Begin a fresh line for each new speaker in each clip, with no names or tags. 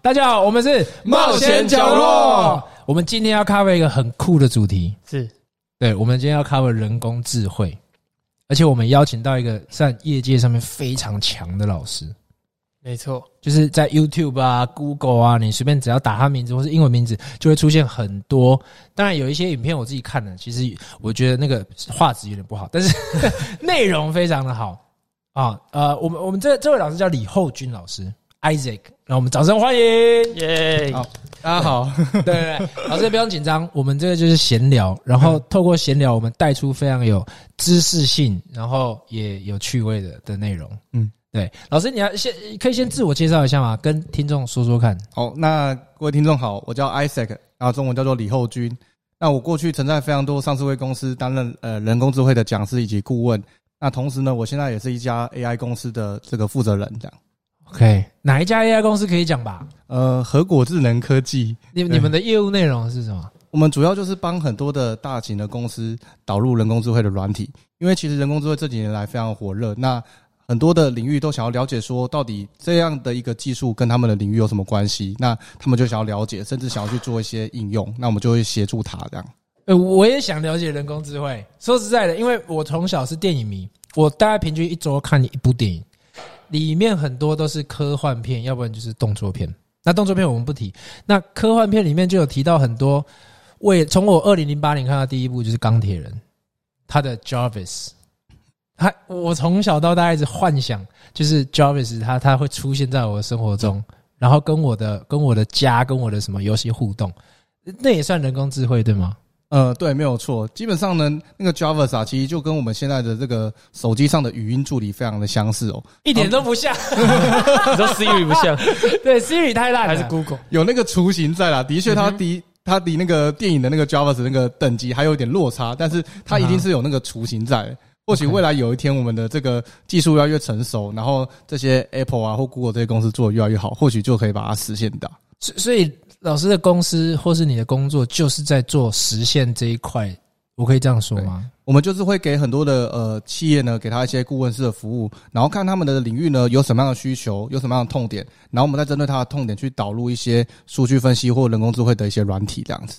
大家好，我们是
冒险角落。
我们今天要 cover 一个很酷的主题，
是
对，我们今天要 cover 人工智慧，而且我们邀请到一个在业界上面非常强的老师，
没错，
就是在 YouTube 啊、Google 啊，你随便只要打他名字或是英文名字，就会出现很多。当然有一些影片我自己看了，其实我觉得那个画质有点不好，但是内容非常的好啊。呃，我们我们这这位老师叫李厚军老师 Isaac，让我们掌声欢迎。
耶、
好
大家好，
对对对，老师不用紧张，我们这个就是闲聊，然
嗯
后透过闲聊，我们带出非常有知识性，然后也有趣味的的内容。嗯
嗯，
对，老师你要先可以先自我介绍一下吗？跟听众说说看。
好，那各位听众好，我叫 Isaac，然后中文叫做李厚军。那我过去曾在非常多上市会公司担任呃人工智慧的讲师以及顾问。那同时呢，我现在也是一家 AI 公司的这个负责人，这样。
OK，哪一家 AI 公司可以讲吧？
呃，合果智能科技，
你
对
你们的业务内容是什么？
我们主要就是帮很多的大型的公司导入人工智慧的软体，因为其实人工智慧这几年来非常火热，那很多的领域都想要了解说到底这样的一个技术跟他们的领域有什么关系，那他们就想要了解，甚至想要去做一些应用，那我们就会协助他这样。
呃，我也想了解人工智慧。说实在的，因为我从小是电影迷，我大概平均一周看一部电影，里面很多都是科幻片，要不然就是动作片。那动作片我们不提，那科幻片里面就有提到很多。我也从我二零零八年看到第一部就是钢铁人，他的 Jarvis，他我从小到大一直幻想，就是 Jarvis 他他会出现在我的生活中，然后跟我的跟我的家跟我的什么游戏互动，那也算人工智慧对吗？
呃，对，没有错。基本上呢，那个 Jarvis 啊，其实就跟我们现在的这个手机上的语音助理非常的相似哦，
一点都不 像。
你说 Siri 不
哎
像，
对，Siri 太烂了，
还是 Google？
有那个雏形在啦。的确，它离它离那个电影的那个 Jarvis 那个等级还有点落差，但是它一定是有那个雏形在。或许
OK
未来有一天，我们的这个技术越来越成熟，然后这些 Apple 啊或 Google 这些公司做的越来越好，或许就可以把它实现到。
所所以老师的公司或是你的工作，就是在做实现这一块，我可以这样说吗？
我们就是会给很多的呃企业呢，给他一些顾问式的服务，然后看他们的领域呢有什么样的需求，有什么样的痛点，然后我们再针对他的痛点去导入一些数据分析或人工智慧的一些软体这样子。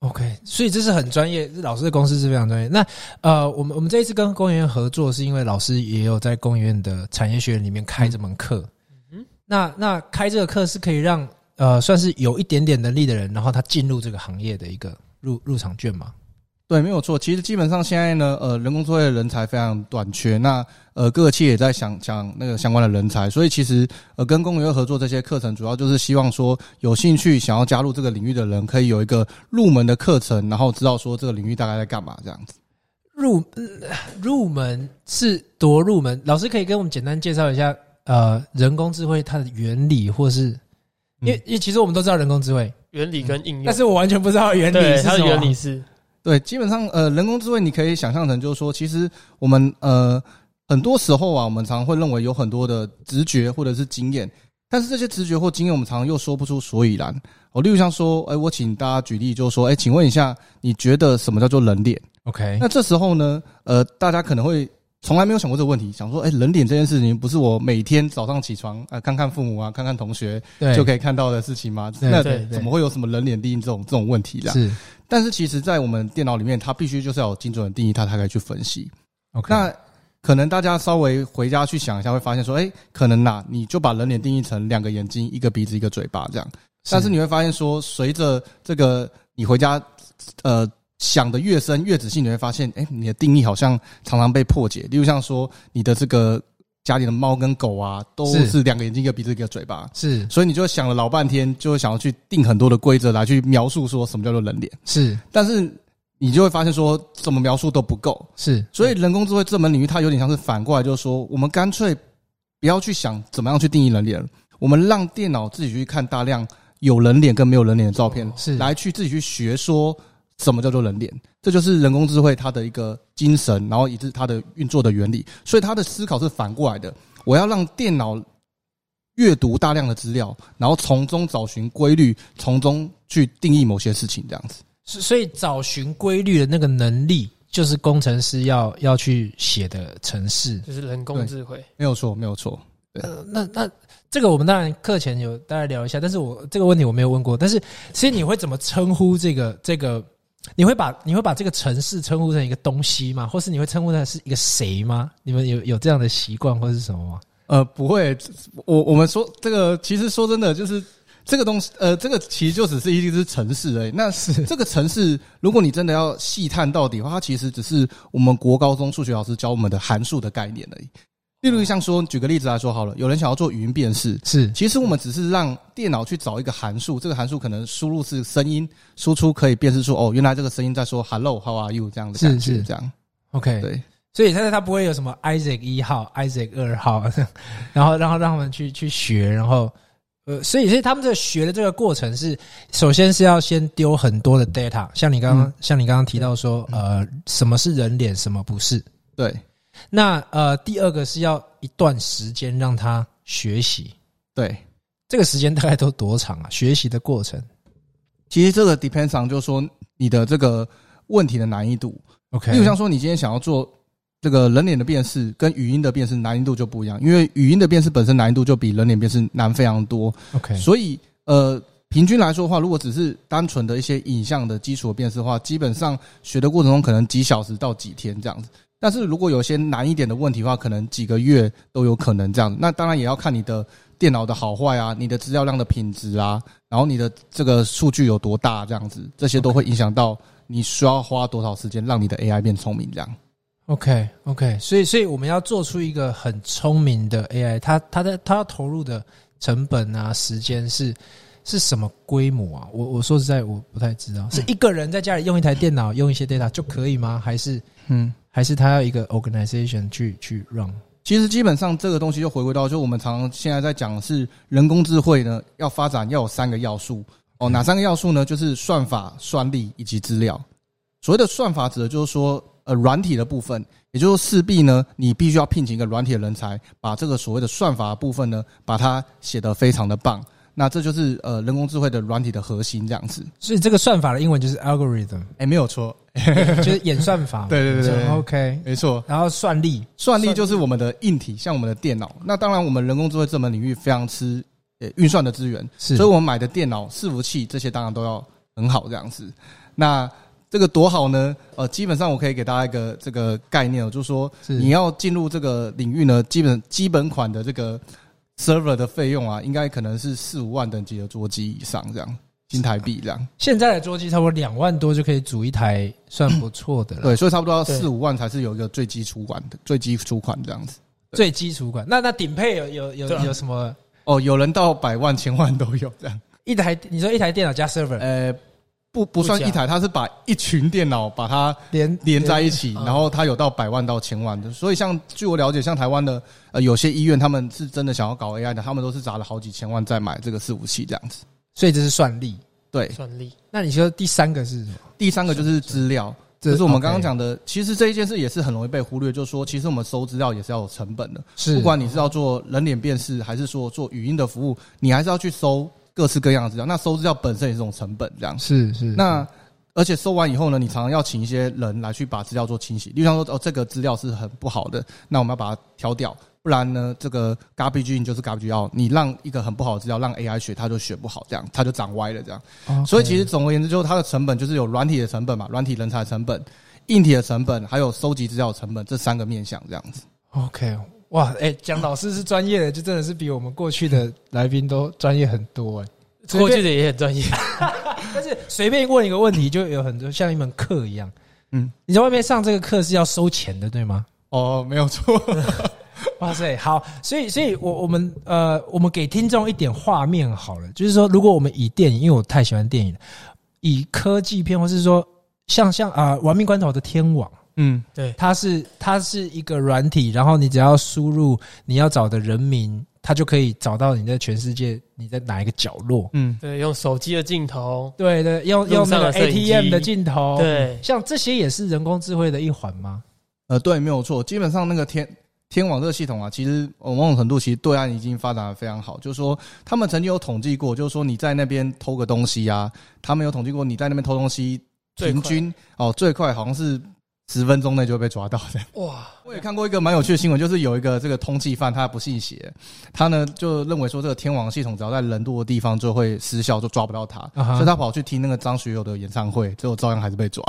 OK，所以这是很专业，老师的公司是非常专业。那呃，我们我们这一次跟工研院合作，是因为老师也有在工研院的产业学院里面开这门课。嗯，那那开这个课是可以让呃算是有一点点能力的人，然后他进入这个行业的一个入入场券嘛。
对，没有错。其实基本上现在呢，呃，人工智慧的人才非常短缺，那呃各个企业也在想想那个相关的人才，所以其实呃跟公务员合作这些课程，主要就是希望说有兴趣想要加入这个领域的人，可以有一个入门的课程，然后知道说这个领域大概在干嘛这样子。
入呃入门是多入门？老师可以跟我们简单介绍一下，呃，人工智慧它的原理，或是因
嗯
为、因为其实我们都知道人工智慧，
原理跟应用，
但是我完全不知道原理
对
是
它
什
的
么。啊
原理是
对，基本上呃，人工智慧你可以想象成就是说，其实我们呃很多时候啊，我们常会认为有很多的直觉或者是经验，但是这些直觉或经验，我们常常又说不出所以然。哦，例如像说，哎、我请大家举例，就是说，哎、请问一下，你觉得什么叫做人脸？
OK，
那这时候呢，呃，大家可能会从来没有想过这个问题，想说，哎、人脸这件事情不是我每天早上起床啊、呃看看父母啊，看看同学
对
就可以看到的事情吗？
对
那
对
怎么会有什么人脸定义这种这种问题啦？
是
但是其实，在我们电脑里面，它必须就是要有精准的定义，它才可以去分析。
OK，
那可能大家稍微回家去想一下，会发现说，哎、可能呐、你就把人脸定义成两个眼睛、一个鼻子、一个嘴巴这样。但是你会发现说，随着这个你回家，呃。想的越深越仔细，你会发现，哎、你的定义好像常常被破解。例如像说，你的这个家里的猫跟狗啊，都
是
是两个眼睛、一个鼻子、一个嘴巴，
是
所以你就想了老半天，就会想要去定很多的规则来去描述说什么叫做人脸。
是
但是你就会发现说怎么描述都不够，
是，
所以人工智慧这门领域它有点像是反过来，就是说我们干脆不要去想怎么样去定义人脸，我们让电脑自己去看大量有人脸跟没有人脸的照片，
是
来去自己去学说什么叫做人脸，这就是人工智慧它的一个精神，然后以致它的运作的原理，所以它的思考是反过来的，我要让电脑。阅读大量的资料，然后从中找寻规律，从中去定义某些事情，这样子。
所所以找寻规律的那个能力，就是工程师要要去写的程式。
就是人工智慧，
没有错，没有错。
呃，那那这个我们当然课前有大概聊一下，但是我这个问题我没有问过。但是其实你会怎么称呼这个这个？你会把你会把这个城市称呼成一个东西吗？或是你会称呼它是一个谁吗？你们有有这样的习惯或是什么吗？
呃，不会，我我们说这个，其实说真的，就是这个东西，呃，这个其实就只是一只城市而已。那是这个城市，如果你真的要细探到底的话，它其实只是我们国高中数学老师教我们的函数的概念而已。例如像说，举个例子来说好了，有人想要做语音辨识，
是
其实我们只是让电脑去找一个函数，这个函数可能输入是声音，输出可以辨识出哦，原来这个声音在说 “hello”，“how are you” 这样的感觉，
是是
这样
OK，
对。
所以但是它不会有什么 Isaac 一号、Isaac 二号， 然后然后让他们去去学，然后呃，所以所以他们这个学的这个过程是，首先是要先丢很多的 data，像你刚刚、
嗯
像你刚刚提到说，呃，什么是人脸，什么不是。
对
那呃，第二个是要一段时间让他学习，
对，
这个时间大概都多长啊？ 学习的过程
其实这个 depends on 就是说你的这个问题的难易度。
，OK，
例如像说你今天想要做这个人脸的辨识，跟语音的辨识难易度就不一样，因为语音的辨识本身难易度就比人脸辨识难非常多。
OK，
所以呃，平均来说的话，如果只是单纯的一些影像的基础的辨识的话，基本上学的过程中可能几小时到几天这样子。但是如果有些难一点的问题的话，可能几个月都有可能这样子。那当然也要看你的电脑的好坏啊，你的资料量的品质啊，然后你的这个数据有多大这样子，这些都会影响到你需要花多少时间让你的 AI 变聪明这样。
OK OK，所以所以我们要做出一个很聪明的 AI，它它的它要投入的成本啊、时间是是什么规模啊？我我说实在我不太知道，是一个人在家里用一台电脑用一些 data 就可以吗？还是
嗯。
还是他要一个 organization 去去 run？
其实基本上这个东西就回归到，就我们常常现在在讲的是人工智慧呢，要发展要有三个要素哦，哪三个要素呢？就是算法、算力以及资料。所谓的算法指的就是说，呃，软体的部分，也就是说势必呢，你必须要聘请一个软体的人才，把这个所谓的算法的部分呢，把它写得非常的棒。那这就是呃人工智慧的软体的核心这样子。
所以这个算法的英文就是 algorithm，
哎、没有错，
就是演算法嘛。
对对对对
就 OK，
没错。
然后算力
算力就是我们的硬体，像我们的电脑。那当然，我们人工智慧这门领域非常吃呃运算的资源，
是
所以我们买的电脑、伺服器这些当然都要很好这样子。那这个多好呢？呃，基本上我可以给大家一个这个概念哦，就是说
是
你要进入这个领域呢，基本基本款的这个 server 的费用啊，应该可能是四五万等级的桌机以上这样，新台币这样。
现在的桌机差不多两万多就可以组一台算不错的了。
对，所以差不多要
对
四五万才是有一个最基础款的最基础款这样子。
最基础款，那那顶配有有有
对啊
有什么？
哦，有人到百万、千万都有这样。
一台你说一台电脑加 server
呃，不不算一台，它是把一群电脑把它
连
连在一起，
嗯
然后它有到百万到千万的。所以像据我了解，像台湾的呃有些医院，他们是真的想要搞 AI 的，他们都是砸了好几千万在买这个伺服器这样子。
所以这是算力。
对，
算力
那你说第三个是什么？
第三个就是资料，
这
就是我们刚刚讲的。其实这一件事也是很容易被忽略，就是说，其实我们收资料也是要有成本的。
是
不管你是要做人脸辨识，还是说做语音的服务，你还是要去收各式各样的资料。那收资料本身也是一种成本，这样。
是是
那而且收完以后呢，你常常要请一些人来去把资料做清洗，例如像说哦，这个资料是很不好的，那我们要把它挑掉，不然呢，这个 garbage in 就是 garbage out，你让一个很不好的资料让 AI 学，它就学不好，这样它就长歪了这样。所以其实总而言之，就是它的成本就是有软体的成本嘛，软体人才的成本。硬体的成本，还有收集资料的成本，这三个面向这样子。
OK，哇，哎，蒋老师是专业的，就真的是比我们过去的来宾都专业很多哎。
过去的也 很专业，
但是随便问一个问题，就有很多像一门课一样。
嗯，
你在外面上这个课是要收钱的，对吗？
哦，没有错。
哇塞，好，所以所以我，我们呃，我们给听众一点画面好了，就是说，如果我们以电影，因为我太喜欢电影了，以科技片，或是说像像啊、呃，亡命关头的天网，
嗯，
对，
它是它是一个软体，然后你只要输入你要找的人名，它就可以找到你在全世界你在哪一个角落。
嗯，
对，用手机的镜头，
对对，用用
路
那
上
个
的摄影机
ATM 的镜头，，
对，
像这些也是人工智慧的一环吗？
呃，对，没有错。基本上那个天天网这个系统啊，其实呃某种程度其实对岸已经发展的非常好。就是说，他们曾经有统计过，就是说你在那边偷个东西啊，他们有统计过你在那边偷东西，
最
平
快
均哦最快好像是十分钟内就会被抓到这样。
哇，
我 也看过一个蛮有趣的新闻，就是有一个这个通缉犯，他不信邪，他呢就认为说这个天网系统只要在人多的地方就会失效，就抓不到他，
啊哈
所以他跑去听那个张学友的演唱会，结果照样还是被抓。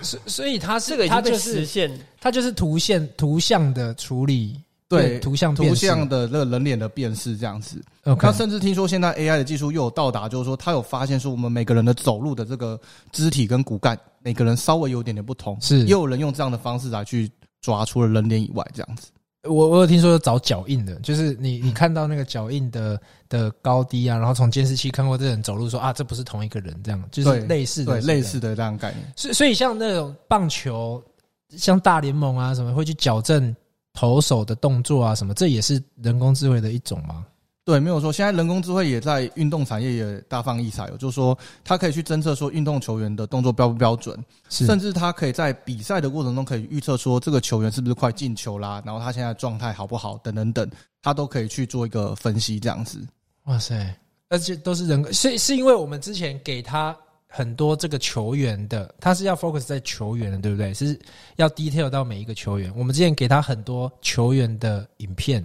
所所以他
这
是
个已
他
经被
就
实
是
现，
他就是图像图像的处理，
对，
图像
图像的那个人脸的辨识这样子。
，OK，
他甚至听说现在 AI 的技术又有到达，就是说他有发现说我们每个人的走路的这个肢体跟骨干，每个人稍微有一点点不同，
是
也有人用这样的方式来去抓除了人脸以外这样子。
我我有听说找脚印的，就是你
嗯
你看到那个脚印的的高低啊，然后从监视器看过这人走路说啊，这不是同一个人，这样就是
对
类似的
对，
是这样
类似的这样的概念。
所以所以像那种棒球，像大联盟啊什么会去矫正投手的动作啊什么，这也是人工智慧的一种吗？
对，没有说现在人工智慧也在运动产业也大放异彩哦，就是说它可以去侦测说运动球员的动作标不标准，
是
甚至他可以在比赛的过程中可以预测说这个球员是不是快进球啦，然后他现在状态好不好等等等，他都可以去做一个分析这样子。
哇塞，而且都是人工，是是因为我们之前给他很多这个球员的，他是要 focus 在球员的，对不对？是要 detail 到每一个球员。我们之前给他很多球员的影片，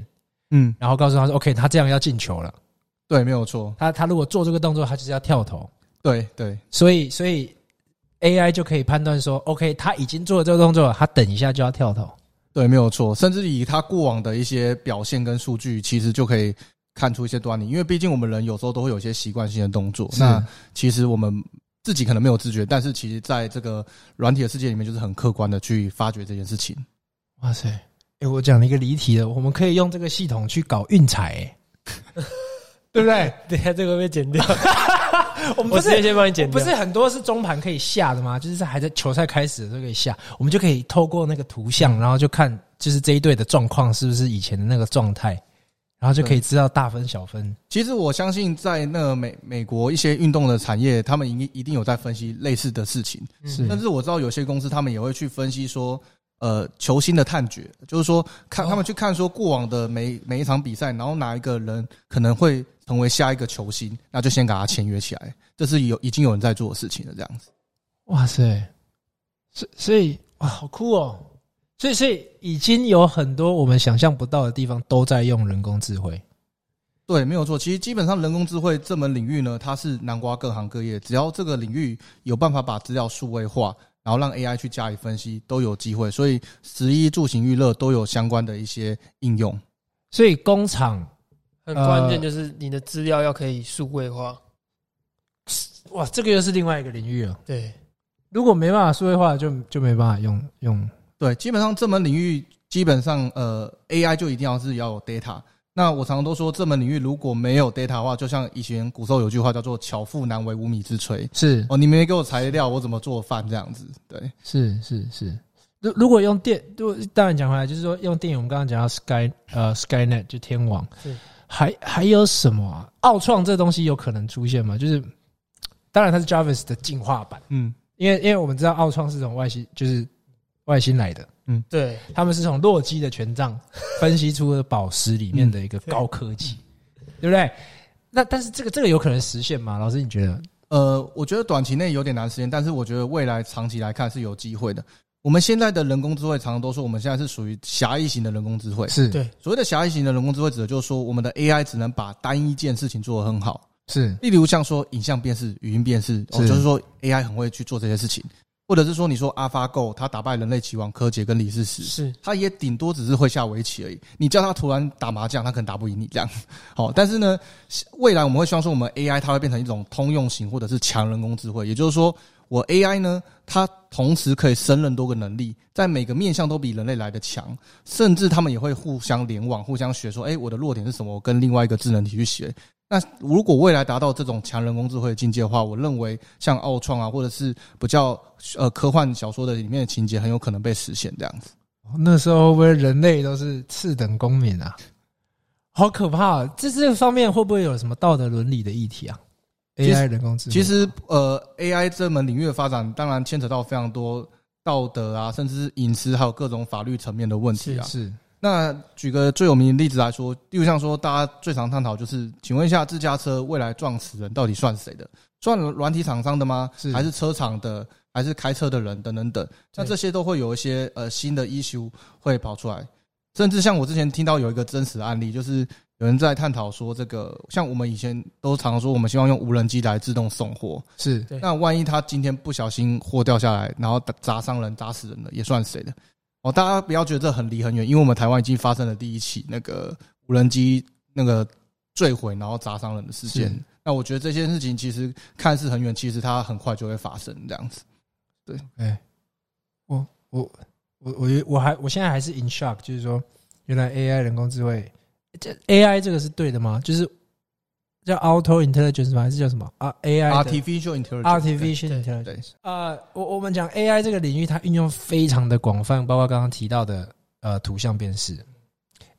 嗯，
然后告诉他说，OK，他这样要进球了。
对，没有错，
他他如果做这个动作，他就是要跳投。
对对
所以所以 AI 就可以判断说，OK，他已经做了这个动作了，他等一下就要跳投。
对，没有错，甚至以他过往的一些表现跟数据，其实就可以看出一些端倪，因为毕竟我们人有时候都会有一些习惯性的动作，那其实我们自己可能没有自觉，但是其实在这个软体的世界里面，就是很客观的去发掘这件事情。
哇塞，哎、我讲了一个离题的，我们可以用这个系统去搞运彩、欸， 对不对？
等一下这个被剪掉，
我们
我
不
直
是
接先帮你剪
不
掉。
是很多是中盘可以下的吗？就是在还在球赛开始的时候可以下，我们就可以透过那个图像，然后就看就是这一队的状况是不是以前的那个状态，然后就可以知道大分小分。
其实我相信，在那个美美国一些运动的产业，他们一定一定有在分析类似的事情。
是
但是我知道有些公司他们也会去分析说，呃，球星的探决，就是说看
哦
他们去看说过往的每每一场比赛，然后哪一个人可能会成为下一个球星，那就先给他签约起来。这是有已经有人在做的事情了，这样子。
哇塞，所所以哇，好酷哦！所以所以已经有很多我们想象不到的地方都在用人工智慧。
对，没有错。其实基本上人工智慧这门领域呢，它是南瓜各行各业，只要这个领域有办法把资料数位化，然后让 AI 去加以分析，都有机会。所以食衣住行娱乐都有相关的一些应用。
所以工厂，
很关
呃
键，就是你的资料要可以数位化。
哇，这个又是另外一个领域了。
对，
如果没办法数位化，就就没办法用用。
对，基本上这门领域基本上呃 AI 就一定要是要有 data。那我常常都说，这门领域如果没有 data 的话，就像以前古时候有句话叫做“巧妇难为无米之炊
是”，
哦，你没给我材料，我怎么做饭这样子？对，
是是是。如如果用电，如果当然讲回来，就是说用电影，我们刚刚讲到 Sky 呃 Skynet 就天网
是，
还还有什么啊？奥创这东西有可能出现吗？就是当然它是 Jarvis 的进化版。
嗯，
因为因为我们知道奥创是从外星，就是外星来的，
对，
他们是从洛基的权杖分析出的宝石里面的一 个高科技，对不对？那但是这个这个有可能实现吗？老师，你觉得？
呃，我觉得短期内有点难实现，但是我觉得未来长期来看是有机会的。我们现在的人工智慧，常常都说我们现在是属于狭义型的人工智慧。
是
对
所谓的狭义型的人工智慧，指的就是说我们的 AI 只能把单一件事情做得很好，
是
例如像说影像辨识、语音辨识，哦，
是
就是说 AI 很会去做这些事情，或者是说你说 AlphaGo 它打败人类棋王柯洁跟李世石，
是
它也顶多只是会下围棋而已。你叫它突然打麻将，它可能打不赢你这样。 好，但是呢，未来我们会希望说，我们 AI 它会变成一种通用型或者是强人工智慧，也就是说，我 AI 呢，它同时可以胜任多个能力，在每个面向都比人类来的强，甚至他们也会互相联网、互相学，说，哎、我的弱点是什么？我跟另外一个智能体去学。那如果未来达到这种强人工智慧的境界的话，我认为像奥创啊，或者是比较呃科幻小说的里面的情节，很有可能被实现这样子。
哦那时候会不会人类都是次等公民啊？好可怕、啊！这这方面会不会有什么道德伦理的议题啊
其实
？AI 人工智能
其实呃，AI 这门领域的发展，当然牵扯到非常多道德啊，甚至是隐私，还有各种法律层面的问题啊。
是
那举个最有名的例子来说，例如像说大家最常探讨就是，请问一下自家车未来撞死人到底算谁的？算软体厂商的吗？
是
还是车厂的？还是开车的人等等等？那
对
这些都会有一些呃新的 issue 会跑出来，甚至像我之前听到有一个真实案例，就是有人在探讨说这个，像我们以前都常说，我们希望用无人机来自动送货，
是
对
那万一他今天不小心货掉下来，然后砸伤人、砸死人了，也算谁的？哦，大家不要觉得这很离很远，因为我们台湾已经发生了第一起那个无人机那个坠毁然后砸伤人的事件
是。
那我觉得这件事情其实看似很远，其实它很快就会发生这样子。
哎，我我我我我还我现在还是 in shock，就是说，原来 AI 人工智慧，这 AI 这个是对的吗？就是叫 auto intelligence 吗？还是叫什么啊？AI 的
Artificial intelligence，
artificial
对
intelligence。
对
呃，我我们讲 AI 这个领域，它运用非常的广泛，包括刚刚提到的呃图像辨识、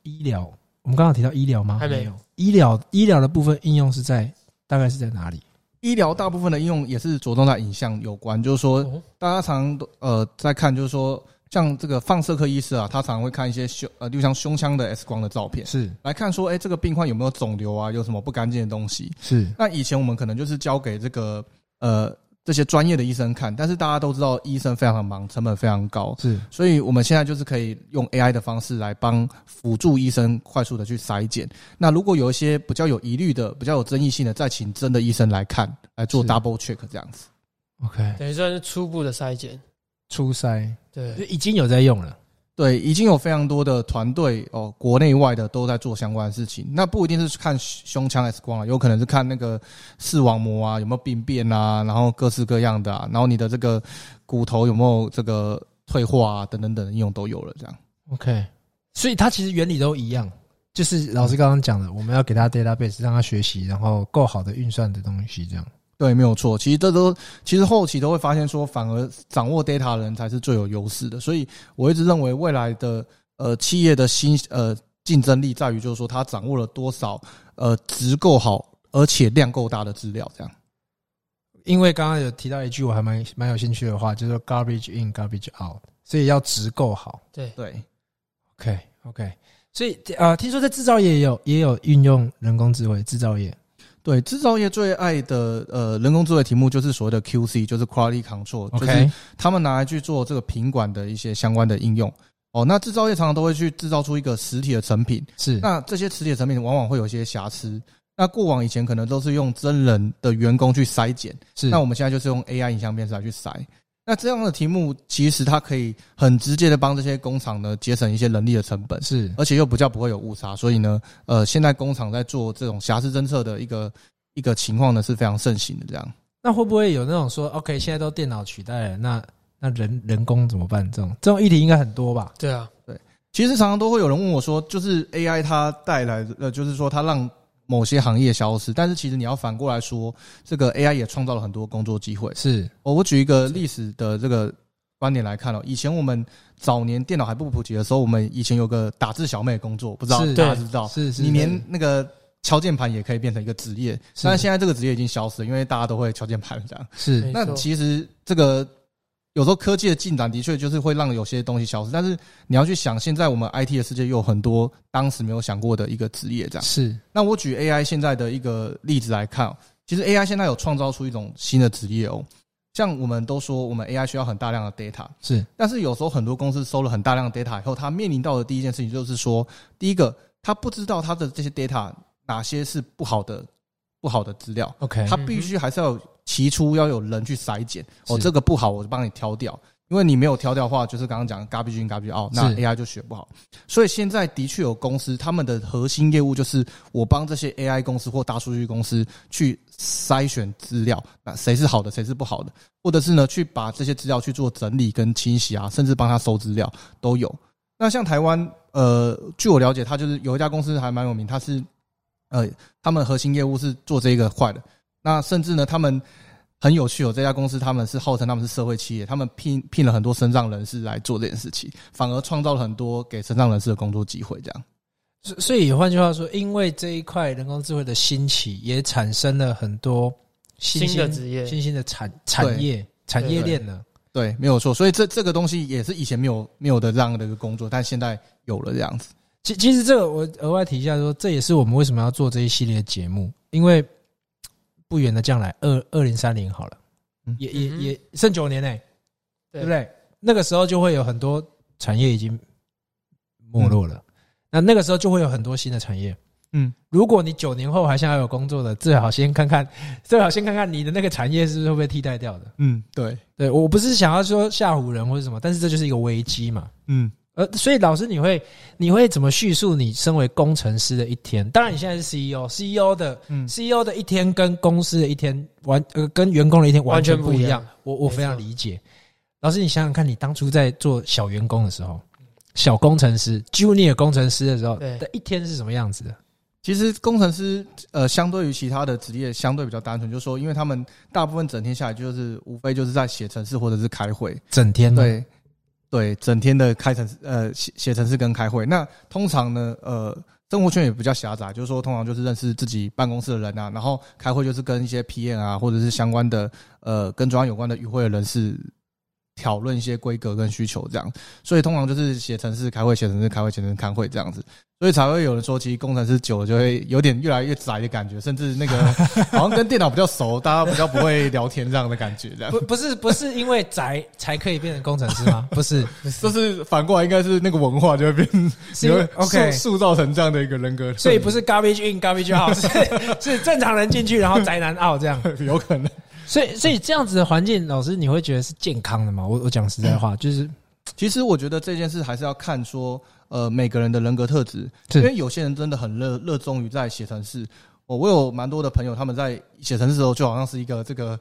医疗。我们刚刚有提到医疗吗？
还没
有。医疗医疗的部分应用是在大概是在哪里？
医疗大部分的应用也是着重在影像有关，就是说
哦
大家常都呃在看，就是说像这个放射科医师啊，他常会看一些胸呃，就像胸腔的 X 光的照片，
是
来看说，哎、这个病患有没有肿瘤啊，有什么不干净的东西？
是
那以前我们可能就是交给这个呃这些专业的医生看，但是大家都知道医生非常的忙，成本非常高，
是
所以我们现在就是可以用 AI 的方式来帮辅助医生快速的去筛检。那如果有一些比较有疑虑的、比较有争议性的，再请真的医生来看，来做
是
double check 这样子。
OK
等于算是初步的筛检。
初筛就
对，
已经有在用了。
对，已经有非常多的团队哦，国内外的都在做相关的事情。那不一定是看胸腔 X 光啊，有可能是看那个视网膜啊有没有病变啊，然后各式各样的啊，然后你的这个骨头有没有这个退化啊，等等等的应用都有了。这样
OK，所以它其实原理都一样，就是老师刚刚讲的，我们要给他 database 让他学习，然后够好的运算的东西，这样
对，没有错。其实这都其实后期都会发现说，反而掌握 data 的人才是最有优势的。所以我一直认为未来的呃企业的新呃竞争力在于就是说，他掌握了多少呃值够好而且量够大的资料这样。
因为刚刚有提到一句我还蛮蛮有兴趣的话，就是说 garbage in garbage out，所以要值够好。
对，
OK OK，所以呃，听说在制造业也有也有运用人工智慧，制造业
对，制造业最爱的呃人工智慧题目就是所谓的 QC，就是 quality control，就是
，OK
他们拿来去做这个品管的一些相关的应用。哦，那制造业常常都会去制造出一个实体的成品，
是
那这些实体的成品往往会有一些瑕疵。那过往以前可能都是用真人的员工去筛检，
是
那我们现在就是用 AI 影像辨识来去筛。那这样的题目其实它可以很直接的帮这些工厂呢节省一些人力的成本。
是
而且又比较不会有误差，所以呢，呃，现在工厂在做这种瑕疵侦测的一个一个情况呢是非常盛行的。这样，
那会不会有那种说 OK，现在都电脑取代了，那那人人工怎么办？这种这种议题应该很多吧？
对啊，
其实常常都会有人问我说，就是 AI 它带来的，呃，就是说它让某些行业消失，但是其实你要反过来说，这个 AI 也创造了很多工作机会。
是
我我举一个历史的这个观点来看哦，以前我们早年电脑还不普及的时候，我们以前有个打字小妹的工作，不知道
是
大家知不知道？
是是，
哦你连那个敲键盘也可以变成一个职业，
是
但是现在这个职业已经消失了，因为大家都会敲键盘这样。
是
没
那
错
其实这个有时候科技的进展的确就是会让有些东西消失，但是你要去想，现在我们 IT 的世界又有很多当时没有想过的一个职业这样。
是
那我举 AI 现在的一个例子来看哦，其实 AI 现在有创造出一种新的职业哦。像我们都说，我们 AI 需要很大量的 data，
是
但是有时候很多公司收了很大量的 data 以后，他面临到的第一件事情就是说，第一个，他不知道他的这些 data 哪些是不好的、不好的资料，
OK，
他必须还是要有提出要有人去筛检。哦，
是
这个不好，我就帮你挑掉。因为你没有挑掉的话，就是刚刚讲的 garbage in garbage out，那
是
AI 就学不好。所以现在的确有公司，他们的核心业务就是我帮这些 AI 公司或大数据公司去筛选资料，那谁是好的，谁是不好的，或者是呢去把这些资料去做整理跟清洗啊，甚至帮他收资料都有。那像台湾，呃，据我了解，它就是有一家公司还蛮有名，它是呃，他们核心业务是做这个坏的。那甚至呢，他们很有趣哦，这家公司他们是号称他们是社会企业，他们聘聘了很多身障人士来做这件事情，反而创造了很多给身障人士的工作机会。这样
所所以换句话说，因为这一块人工智慧的兴起，也产生了很多新
新的职业
新兴的产产业产业链呢。
对，没有错。所以这这个东西也是以前没有没有的这样的一个工作，但现在有了这样子。
其其实这个我额外提一下说，这也是我们为什么要做这一系列的节目，因为不远的将来，二二零三零好了，
嗯
也也
嗯哼
也剩九年呢、对
对
不对？那个时候就会有很多产业已经没落了，那那个时候就会有很多新的产业。
嗯，
如果你九年后还想要有工作的，最好先看看， 最好先看看你的那个产业是不是会被替代掉的。
嗯，对，
对我不是想要说吓唬人或者什么，但是这就是一个危机嘛。
嗯，
呃，所以老师，你会你会怎么叙述你身为工程师的一天？当然，你现在是 E CEO，CEO 的、
嗯
CEO 的一天跟公司的一天完呃跟员工的一天完全
完全
不
不
一
一
样
样。
我我
没错
非常理解。老师，你想想看，你当初在做小员工的时候，小工程师 Junior 工程师的时候
对
的一天是什么样子的？
其实工程师呃，相对于其他的职业，相对比较单纯，就是说，因为他们大部分整天下来就是无非就是在写程式或者是开会，
整天吗，
对对，整天的开程式呃写写程式跟开会。那通常呢，呃，生活圈也比较狭窄，就是说通常就是认识自己办公室的人啊，然后开会就是跟一些 PM 啊，或者是相关的呃跟专案有关的与会的人士讨论一些规格跟需求这样。所以通常就是写程式开会，写程式开会，写程式开会这样子。所以才会有人说，其实工程师久了就会有点越来越宅的感觉，甚至那个 好像跟电脑比较熟，大家比较不会聊天这样的感觉，这样
不不是不是因为宅才可以变成工程师吗？不 是，
就是反过来，应该是那个文化就会变
是因为 OK
塑造成这样的一个人格，
所以不是 garbage in garbage out，是是正常人进去，然后宅男 out 这样。
有可能。
所以，所以这样子的环境，老师你会觉得是健康的吗？我我讲实在话，就是
其实我觉得这件事还是要看说，呃，每个人的人格特质，
是
因为有些人真的很热热衷于在写程式。哦我我有蛮多的朋友，他们在写程式的时候，就好像是一个这个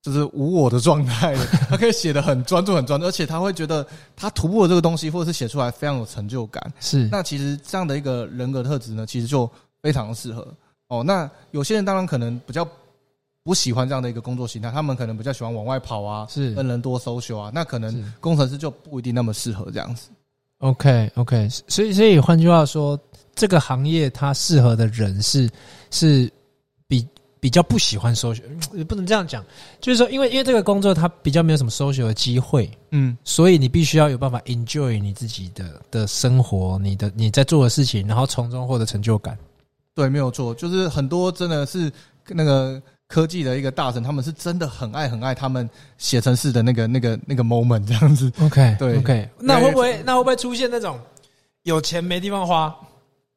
就是无我的状态， 他可以写的很专注、很专注，而且他会觉得他突破了这个东西，或者是写出来非常有成就感。
是
那其实这样的一个人格特质呢，其实就非常适合哦。那有些人当然可能比较不喜欢这样的一个工作形态，他们可能比较喜欢往外跑啊，
是
跟人多 social 啊，那可能
是
工程师就不一定那么适合这样子。
OK OK。所以，所以换句话说，这个行业它适合的人是是比比较不喜欢 social，嗯也不能这样讲，就是说，因为因为这个工作它比较没有什么 social 的机会，
嗯，
所以你必须要有办法 enjoy 你自己的的生活，你的你在做的事情，然后从中获得成就感。
对，没有错，就是很多真的是那个。科技的一个大神，他们是真的很爱很爱他们写程式的那个那个那个 moment 这样子，
OK，
对
OK，那
越来越
会不会那会不会出现那种有钱没地方花，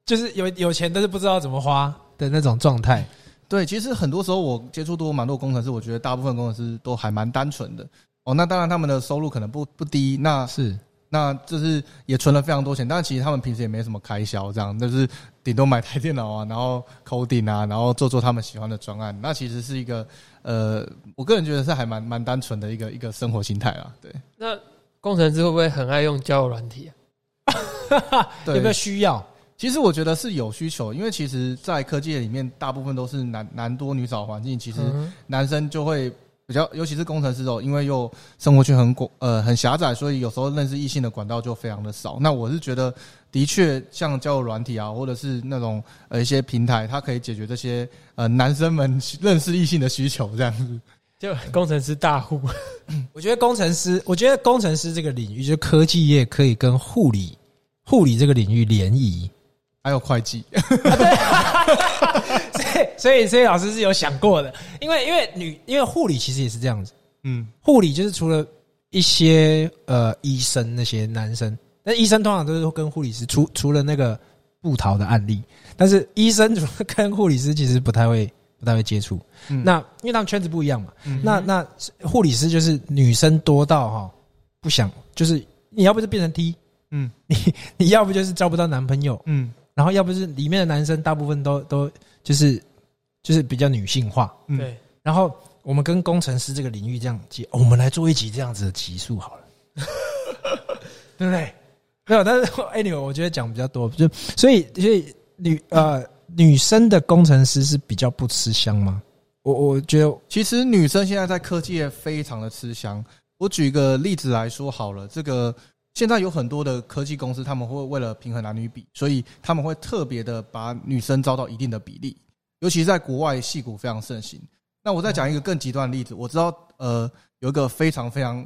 就是有有钱但是不知道怎么花的那种状态？
对，其实很多时候我接触多蛮多工程师，我觉得大部分工程师都还蛮单纯的哦。那当然，他们的收入可能不不低，那
是
那就是也存了非常多钱，但其实他们平时也没什么开销，这样就是顶多买台电脑啊，然后 coding 啊，然后做做他们喜欢的专案。那其实是一个呃，我个人觉得是还蛮蛮单纯的一个一个生活心态啊。对，
那工程师会不会很爱用交友软体啊？
对
有没有需要？
其实我觉得是有需求，因为其实，在科技业里面，大部分都是男男多女少的环境，其实
嗯
男生就会比较，尤其是工程师哦，因为又生活圈很广，呃，很狭窄，所以有时候认识异性的管道就非常的少。那我是觉得，的确像交友软体啊，或者是那种呃一些平台，它可以解决这些呃男生们认识异性的需求，这样子。
就工程师大户，
我觉得工程师，我觉得工程师这个领域，就是科技业可以跟护理护理这个领域联谊。
还有会计，
所以 所以所以老师是有想过的，因为因为女因为护理其实也是这样子，
嗯，
护理就是除了一些呃医生那些男生，那医生通常都是跟护理师，除除了那个不逃的案例，但是医生除了跟护理师其实不太会不太会接触。
嗯
那因为他们圈子不一样嘛，
嗯
那那护理师就是女生多到哈不想，就是你要不就变成 T，
嗯，
你你要不就是交不到男朋友，
嗯
然后要不是里面的男生大部分都都就是就是比较女性化，
嗯
对，
然后我们跟工程师这个领域这样接，哦我们来做一集这样子的集数好了， 对不对？没有，但是 anyway，我觉得讲比较多，就所以所以女呃女生的工程师是比较不吃香吗？我我觉得
其实女生现在在科技业非常的吃香。我举一个例子来说好了，这个现在有很多的科技公司，他们会为了平衡男女比，所以他们会特别的把女生招到一定的比例，尤其是在国外戏骨非常盛行。那我再讲一个更极端的例子，我知道呃有一个非常非常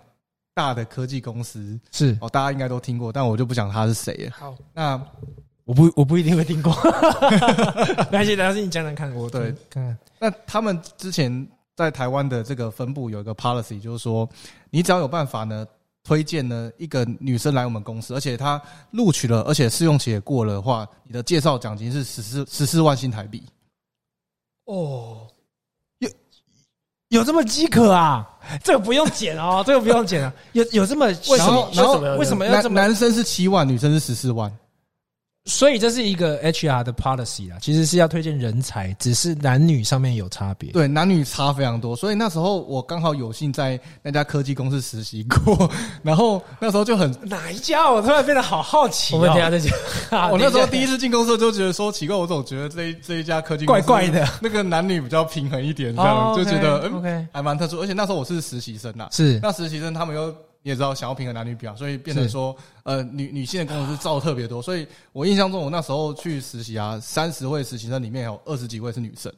大的科技公司，
是
哦，大家应该都听过，但我就不讲它是谁
嗯
了。
好，
那
我不我不一定会听过， 没关系，老师你讲讲看，我
对
听看看
那他们之前在台湾的这个分部有一个 policy，就是说，你只要有办法呢，推荐呢一个女生来我们公司，而且她录取了，而且试用期也过了的话，你的介绍奖金是十四十四万新台币。
哦，
有这么饥渴啊？这个不用剪哦，这个不用剪啊，有有这么为
什么然后
为什么要这
男
么？
男生是七万，女生是十四万。
所以这是一个 HR 的 policy 啦，其实是要推荐人才，只是男女上面有差别。
对，男女差非常多，所以那时候我刚好有幸在那家科技公司实习过， 然后那时候就很，
哪一家？我突然变得好好奇哦。
我们等一下再讲。
啊
我那时候第
一
一次进公司就觉得说奇怪，我总觉得这一这一家科技公
怪
司
怪的，
那个男女比较平衡一点，这样、
哦
就觉得
OK，
嗯
OK
还蛮特殊，而且那时候我是实习生呐、啊
是
那实习生他们又你也知道想要平衡男女比啊，所以变成
是
说呃女女性的工作是招得特别多，所以我印象中我那时候去实习啊，三十位实习生里面有二十几位是女生，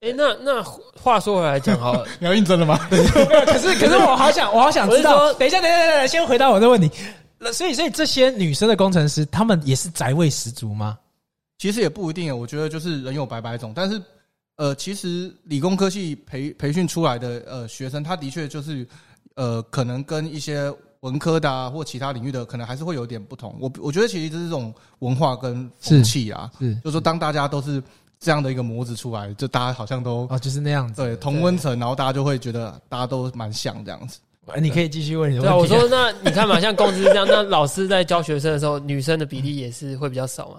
哎，那那话说回来讲 好了，
你要应征了吗？
可是可是我好想我好想知
我是
道，
说
等一下等一下等一下等一下，先回答我的问题。那所以所以这些女生的工程师，她们也是宅味十足吗？
其实也不一定，我觉得就是人有百百种，但是呃，其实理工科系培培训出来的呃学生，他的确就是呃，可能跟一些文科的啊或其他领域的，可能还是会有点不同。我我觉得其实这是一种文化跟风气啊，
是
就是说当大家都是这样的一个模子出来，就大家好像都。
哦，就是那样子。
对同温层，然后大家就会觉得大家都蛮像这样子。
哎你可以继续问你的
对啊，我
问题啊。
说那你看嘛，像公司这样，那 老师在教学生的时候，女生的比例也是会比较少嘛。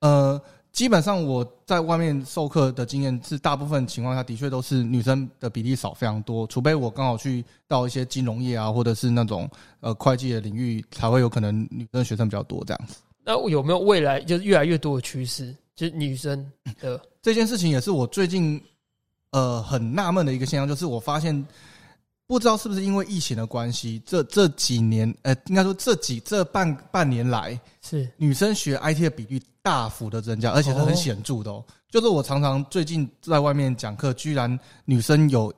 呃，基本上我在外面授课的经验是，大部分情况下的确都是女生的比例少非常多，除非我刚好去到一些金融业啊，或者是那种呃会计的领域，才会有可能女生学生比较多这样子。
那有没有未来就是越来越多的趋势，就是女生的
这件事情也是我最近呃很纳闷的一个现象，就是我发现。不知道是不是因为疫情的关系，这这几年，呃，应该说这几这半半年来，
是
女生学 IT 的比率大幅的增加，而且是很显著的哦。就是我常常最近在外面讲课，居然女生有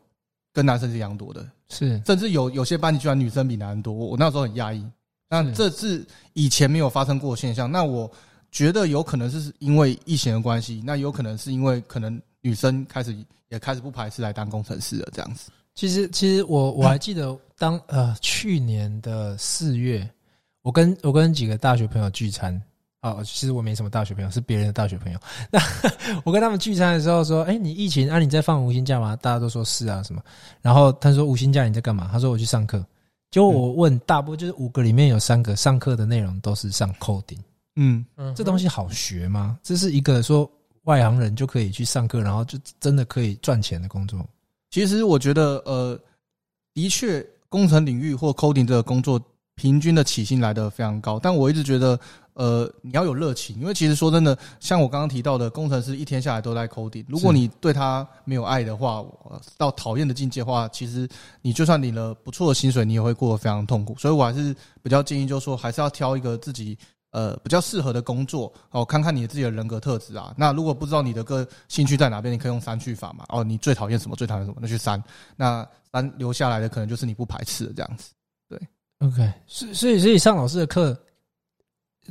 跟男生是一样多的，
是
甚至有有些班级居然女生比男生多，我我那时候很压抑。那
是
这是以前没有发生过的现象。那我觉得有可能是因为疫情的关系，那有可能是因为可能女生开始也开始不排斥来当工程师了，这样子。
其实其实我我还记得当呃去年的四月，我跟我跟几个大学朋友聚餐。哦，其实我没什么大学朋友，是别人的大学朋友。那 我跟他们聚餐的时候说：“哎、你疫情啊，你在放无薪假吗？”大家都说是啊，什么。然后他说：“无薪假你在干嘛？”他说：“我去上课。”结果我问大部就是五个里面有三个上课的内容都是上 coding，
嗯，
嗯
这东西好学吗？这是一个说外行人就可以去上课，然后就真的可以赚钱的工作吗。
其实我觉得，呃，的确，工程领域或 coding 这个工作，平均的起薪来的非常高。但我一直觉得，呃，你要有热情，因为其实说真的，像我刚刚提到的，工程师一天下来都在 coding，如果
是
你对他没有爱的话，呃到讨厌的境界的话，其实你就算领了不错的薪水，你也会过得非常痛苦。所以我还是比较建议，就是说，还是要挑一个自己呃比较适合的工作哦，看看你自己的人格特质啊。那如果不知道你的个兴趣在哪边，你可以用删去法嘛。哦，你最讨厌什么？最讨厌什么？那去删。那删留下来的可能就是你不排斥的这样子。
OK，所以所以所以上老师的课，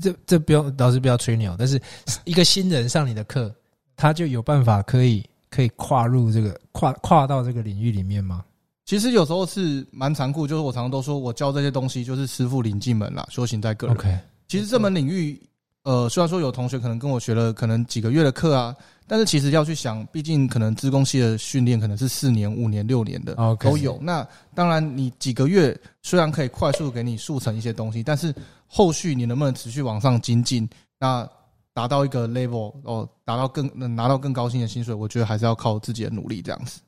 这这不用老师不要吹牛，但是一个新人上你的课，他就有办法可以可以跨入这个跨跨到这个领域里面吗？
其实有时候是蛮残酷，就是我常常都说我教这些东西就是师傅领进门啦，修行在个人。
OK，
其实这门领域，呃，虽然说有同学可能跟我学了可能几个月的课啊，但是其实要去想，毕竟可能资工系的训练可能是四年、五年、六年的
OK
都有。那当然，你几个月虽然可以快速给你速成一些东西，但是后续你能不能持续往上精进，那达到一个 level 哦，达到更能拿到更高薪的薪水，我觉得还是要靠自己的努力这样子。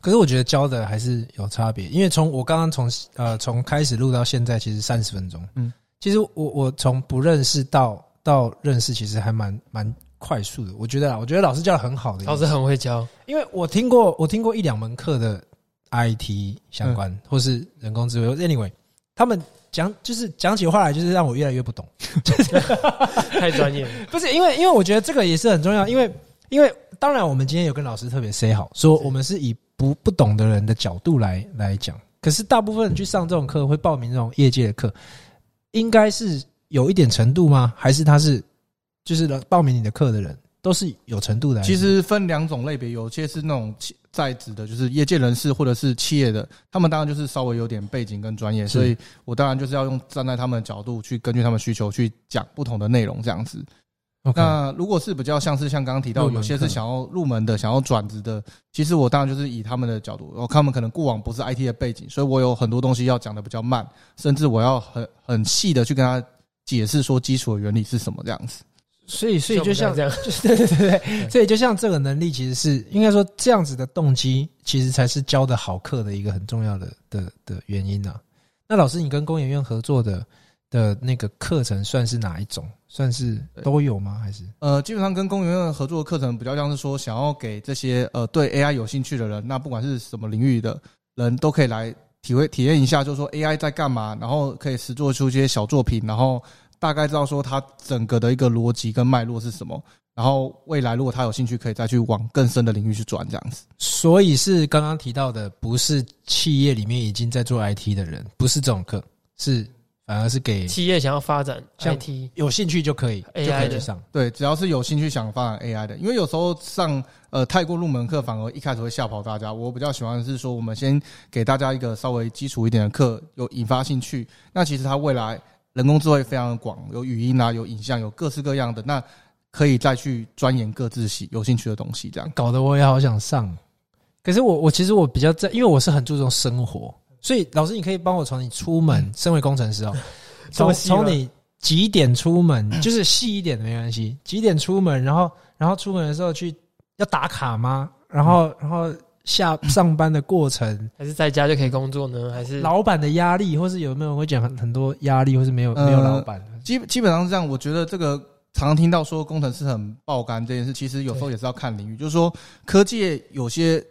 可是我觉得教的还是有差别，因为从我刚刚从呃从开始录到现在，其实三十分钟，
嗯
嗯，其实我我从不认识到到认识，其实还蛮蛮快速的。我觉得啊，我觉得老师教的很好的，
老师很 会教，
因为我听过我听过一两门课的 IT 相关，或是人工智慧或，anyway，他们讲就是讲起话来就是让我越来越不懂。
太专业了。
不是因为因为我觉得这个也是很重要，因为因为当然我们今天有跟老师特别 say 好，说我们是以不不懂的人的角度来来讲。可是大部分人去上这种课，会报名这种业界的课，应该是有一点程度吗？还是他是就是来报名你的课的人都是有程度的？
其实分两种类别，有些是那种企在职的，就是业界人士或者是企业的，他们当然就是稍微有点背景跟专业，
是
所以我当然就是要用站在他们的角度去根据他们需求去讲不同的内容这样子。
还是 OK
那如果是比较像是像刚刚提到，
入门
有些
课
是想要入门的、想要转职的，其实我当然就是以他们的角度，哦我看他们可能过往不是 IT 的背景，所以我有很多东西要讲的比较慢，甚至我要很很细的去跟他解释说基础的原理是什么这样子。
所以所以就像
这样，
对对对对，所以就像这个能力，其实是应该说这样子的动机，其实才是教的好课的一个很重要的的的原因啊。那老师，你跟工研院合作的的那个课程算是哪一种？算是都有吗？还是
呃，基本上跟工研院合作的课程比较像是说，想要给这些呃对 AI 有兴趣的人，那不管是什么领域的人都可以来体会体验一下，就是说 AI 在干嘛，然后可以实做出一些小作品，然后大概知道说它整个的一个逻辑跟脉络是什么，然后未来如果他有兴趣，可以再去往更深的领域去转这样子。
所以是刚刚提到的，不是企业里面已经在做 IT 的人，不是这种课，是反而是给
企业想要发展
像
IT，
有兴趣就可以
AI
就可以
的
去上。
对，只要是有兴趣想发展 AI 的，因为有时候上呃太过入门课，反而一开始会吓跑大家。我比较喜欢的是说，我们先给大家一个稍微基础一点的课，有引发兴趣。那其实它未来人工智慧非常的广，有语音啊，有影像，有各式各样的，那可以再去钻研各自喜有兴趣的东西。这样，
搞得我也好想上。可是我我其实我比较在，因为我是很注重生活，所以老师你可以帮我从你出
嗯
门，身为工程师哦，
这
从
么细吗
从你几点出门，
嗯
就是细一点的没关系，几点出门，然后然后出门的时候去要打卡吗？然后
嗯
然后下上班的过程，
还是在家就可以工作呢？还
嗯
是
老板的压力，或是有没有人会讲很很多压力，或是没有没有
呃
老板，
基基本上是这样。我觉得这个常常听到说工程师很爆肝这件事，其实有时候也是要看领域，就是说科技业有些。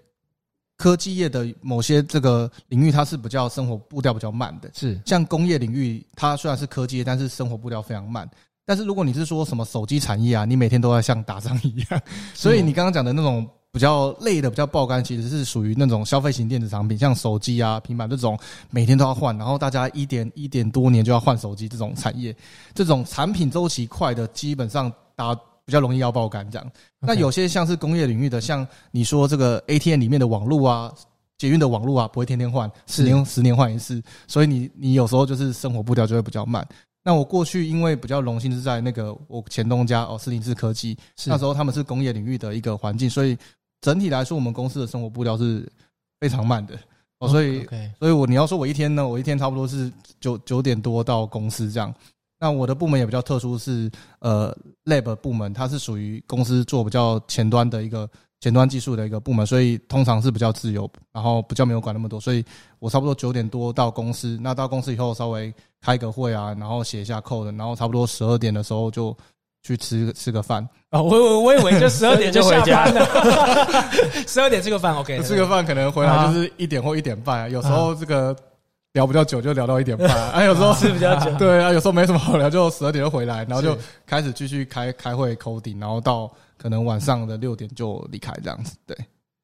科技业的某些这个领域，它是比较生活步调比较慢的，
是
像工业领域，它虽然是科技，但是生活步调非常慢。但是如果你是说什么手机产业啊，你每天都在像打仗一样，所以你刚刚讲的那种比较累的、比较爆肝，其实是属于那种消费型电子产品，像手机啊、平板这种，每天都要换，然后大家一点一点多年就要换手机这种产业，这种产品周期快的，基本上打比较容易要爆肝这样。那
OK
有些像是工业领域的，像你说这个 ATM 里面的网络啊。捷运的网络啊，不会天天换，十年十年换一次，所以你你有时候就是生活步调就会比较慢。那我过去因为比较荣幸是在那个我前东家哦，四零四科技，
是
那时候他们是工业领域的一个环境，所以整体来说我们公司的生活步调是非常慢的哦，所以
OK
所以我你要说我一天呢，我一天差不多是九九点多到公司这样。那我的部门也比较特殊是，呃 lab 部门，它是属于公司做比较前端的一个前端技术的一个部门，所以通常是比较自由，然后比较没有管那么多，所以我差不多九点多到公司，那到公司以后稍微开个会啊，然后写一下 code，然后差不多十二点的时候就去吃吃个饭，
哦，我我我以为就十二点就下
12点就回家
班了，十二点吃个饭 OK，
吃个饭可能回来就是一点或一点半、啊，有时候这个聊比较久就聊到一点半啊，啊有时候？
是比较久
对啊，有时候没什么好聊，就十二点就回来，然后就是开始继续开开会、扣顶，然后到可能晚上的六点就离开这样子。对，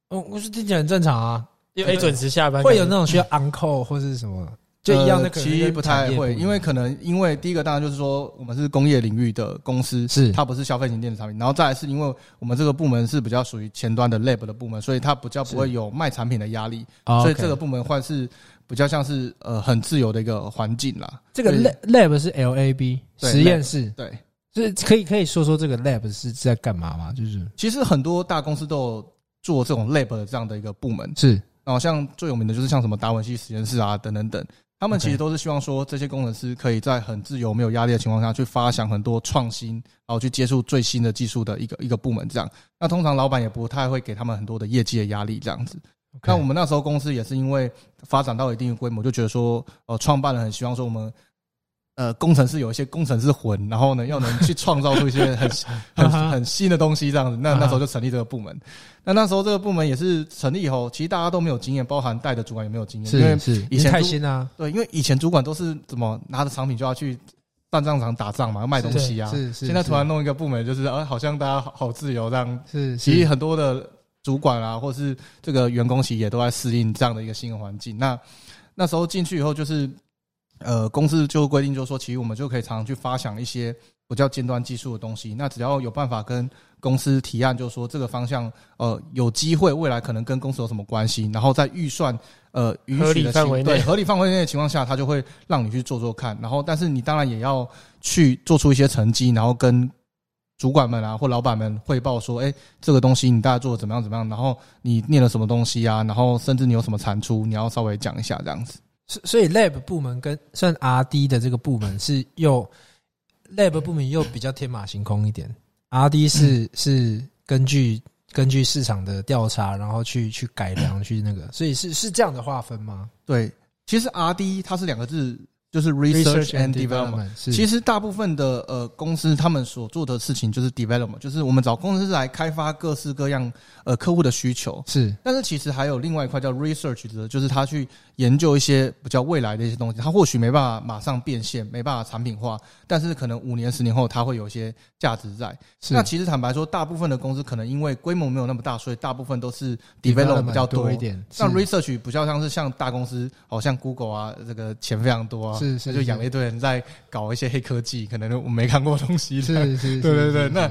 哦，我说听起来很正常啊，
因为准时下班，
会有那种需要 uncle 或是什么，就一样的
呃，
可能
其实
跟
不
产
太
业
会，
一
因为
样
可能因为第一个当然就是说我们是工业领域的公司，
是
它不是消费型电子产品，然后再来是因为我们这个部门是比较属于前端的 lab 的部门，所以它比较不会有卖产品的压力，
哦
所以
OK
这个部门换是比较像是呃很自由的一个环境啦。
这个
所以
lab lab 是 lab
对
实验室，
对。
是可以可以说说这个 lab 是在干嘛吗？就是
其实很多大公司都有做这种 lab 的这样的一个部门，
是
然后像最有名的就是像什么达文西实验室啊等等等，他们
OK
其实都是希望说这些工程师可以在很自由、没有压力的情况下去发想很多创新，然后去接触最新的技术的一个一个部门这样。那通常老板也不太会给他们很多的业绩的压力这样子。那我们那时候公司也是因为发展到一定的规模，就觉得说，呃，创办人很希望说我们。呃，工程师有一些工程师魂，然后呢，要能去创造出一 些很很很很新的东西，这样子。那那时候就成立这个部门。那那时候这个部门也是成立以后，其实大家都没有经验，包含带的主管也没有经验，因为
是是
以前
太
都
新啊，
对，因为以前主管都是怎么拿着产品就要去战战场打仗嘛，要卖东西啊。
是是，
现在
是
突然弄一个部门，就是呃，好像大家好好自由这样
是
其实
是
很多的主管啊，或是这个员工，其实也都在适应这样的一个新的环境。那那时候进去以后，就是呃，公司就规定，就是说，其实我们就可以常常去发想一些不叫尖端技术的东西。那只要有办法跟公司提案，就是说这个方向，呃，有机会未来可能跟公司有什么关系，然后在预算呃允
合
许
理
的
范
情
围内
对合理范围内的情况下，他就会让你去做做看。然后，但是你当然也要去做出一些成绩，然后跟主管们啊或老板们汇报说，哎、这个东西你大概做的怎么样怎么样，然后你念了什么东西啊，然后甚至你有什么产出，你要稍微讲一下这样子。
所所以 lab 部门跟算 R D 的这个部门是又 lab 部门又比较天马行空一点，R D 是、
嗯
是根据根据市场的调查，然后去去改良去那个，所以是是这样的划分吗
对，其实 R D 它是两个字，就是 research and development。
是
其实大部分的呃公司他们所做的事情就是 development，就是我们找公司来开发各式各样呃客户的需求。
是
但是其实还有另外一块叫 research 的，就是他去研究一些比较未来的一些东西，他或许没办法马上变现，没办法产品化，但是可能五年、十年后它会有一些价值在。
是
那其实坦白说，大部分的公司可能因为规模没有那么大，所以大部分都是
development
develop 比较多
一。点，
像
是
research 比较像是像大公司，好、像 Google 啊，这个钱非常多啊，
是是
就养了一堆人在搞一些黑科技，可能我没看过的东西。
是是是，
对对
是
对，
是
那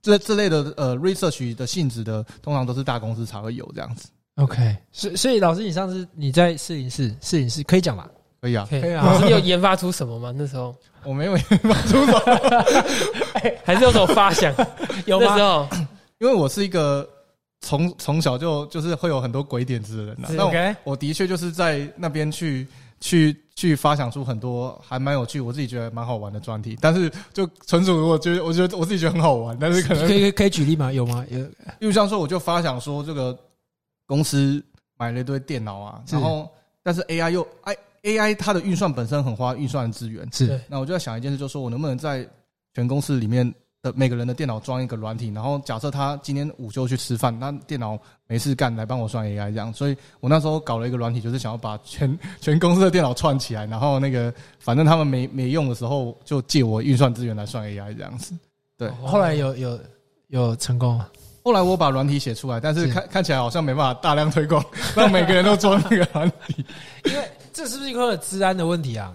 这这类的呃 research 的性质的，通常都是大公司才会有这样子，
OK，所以所以老师，你上次你在摄影室，摄影室可以讲吧？
可以啊。
可以啊
老师你有研发出什么吗？那时候
我没有研发出什么，
还是有什么发想？
有
那时？候
因为我是一个从从小就就是会有很多鬼点子的人呐、啊。
是
那我
OK
我的确就是在那边去去去发想出很多还蛮有趣，我自己觉得蛮好玩的专题。但是就纯属我觉得，我觉得我自己觉得很好玩，但是可 能
可以可以可以举例吗？有吗？有
例如像说，我就发想说，这个公司买了一堆电脑啊，
是
然后但是 AI 又 I AI 它的运算本身很花运算资源，
是
对
那我就在想一件事，就是说我能不能在全公司里面的每个人的电脑装一个软体，然后假设他今天午休去吃饭，那电脑没事干来帮我算 AI 这样。所以我那时候搞了一个软体，就是想要把全全公司的电脑串起来，然后那个反正他们没没用的时候就借我运算资源来算 AI 这样子。对
后来有有有成功吗？
后来我把软体写出来，但是
是
看看起来好像没办法大量推广， 让每个人都装那个软体。
因为这是不是一个治安的问题啊？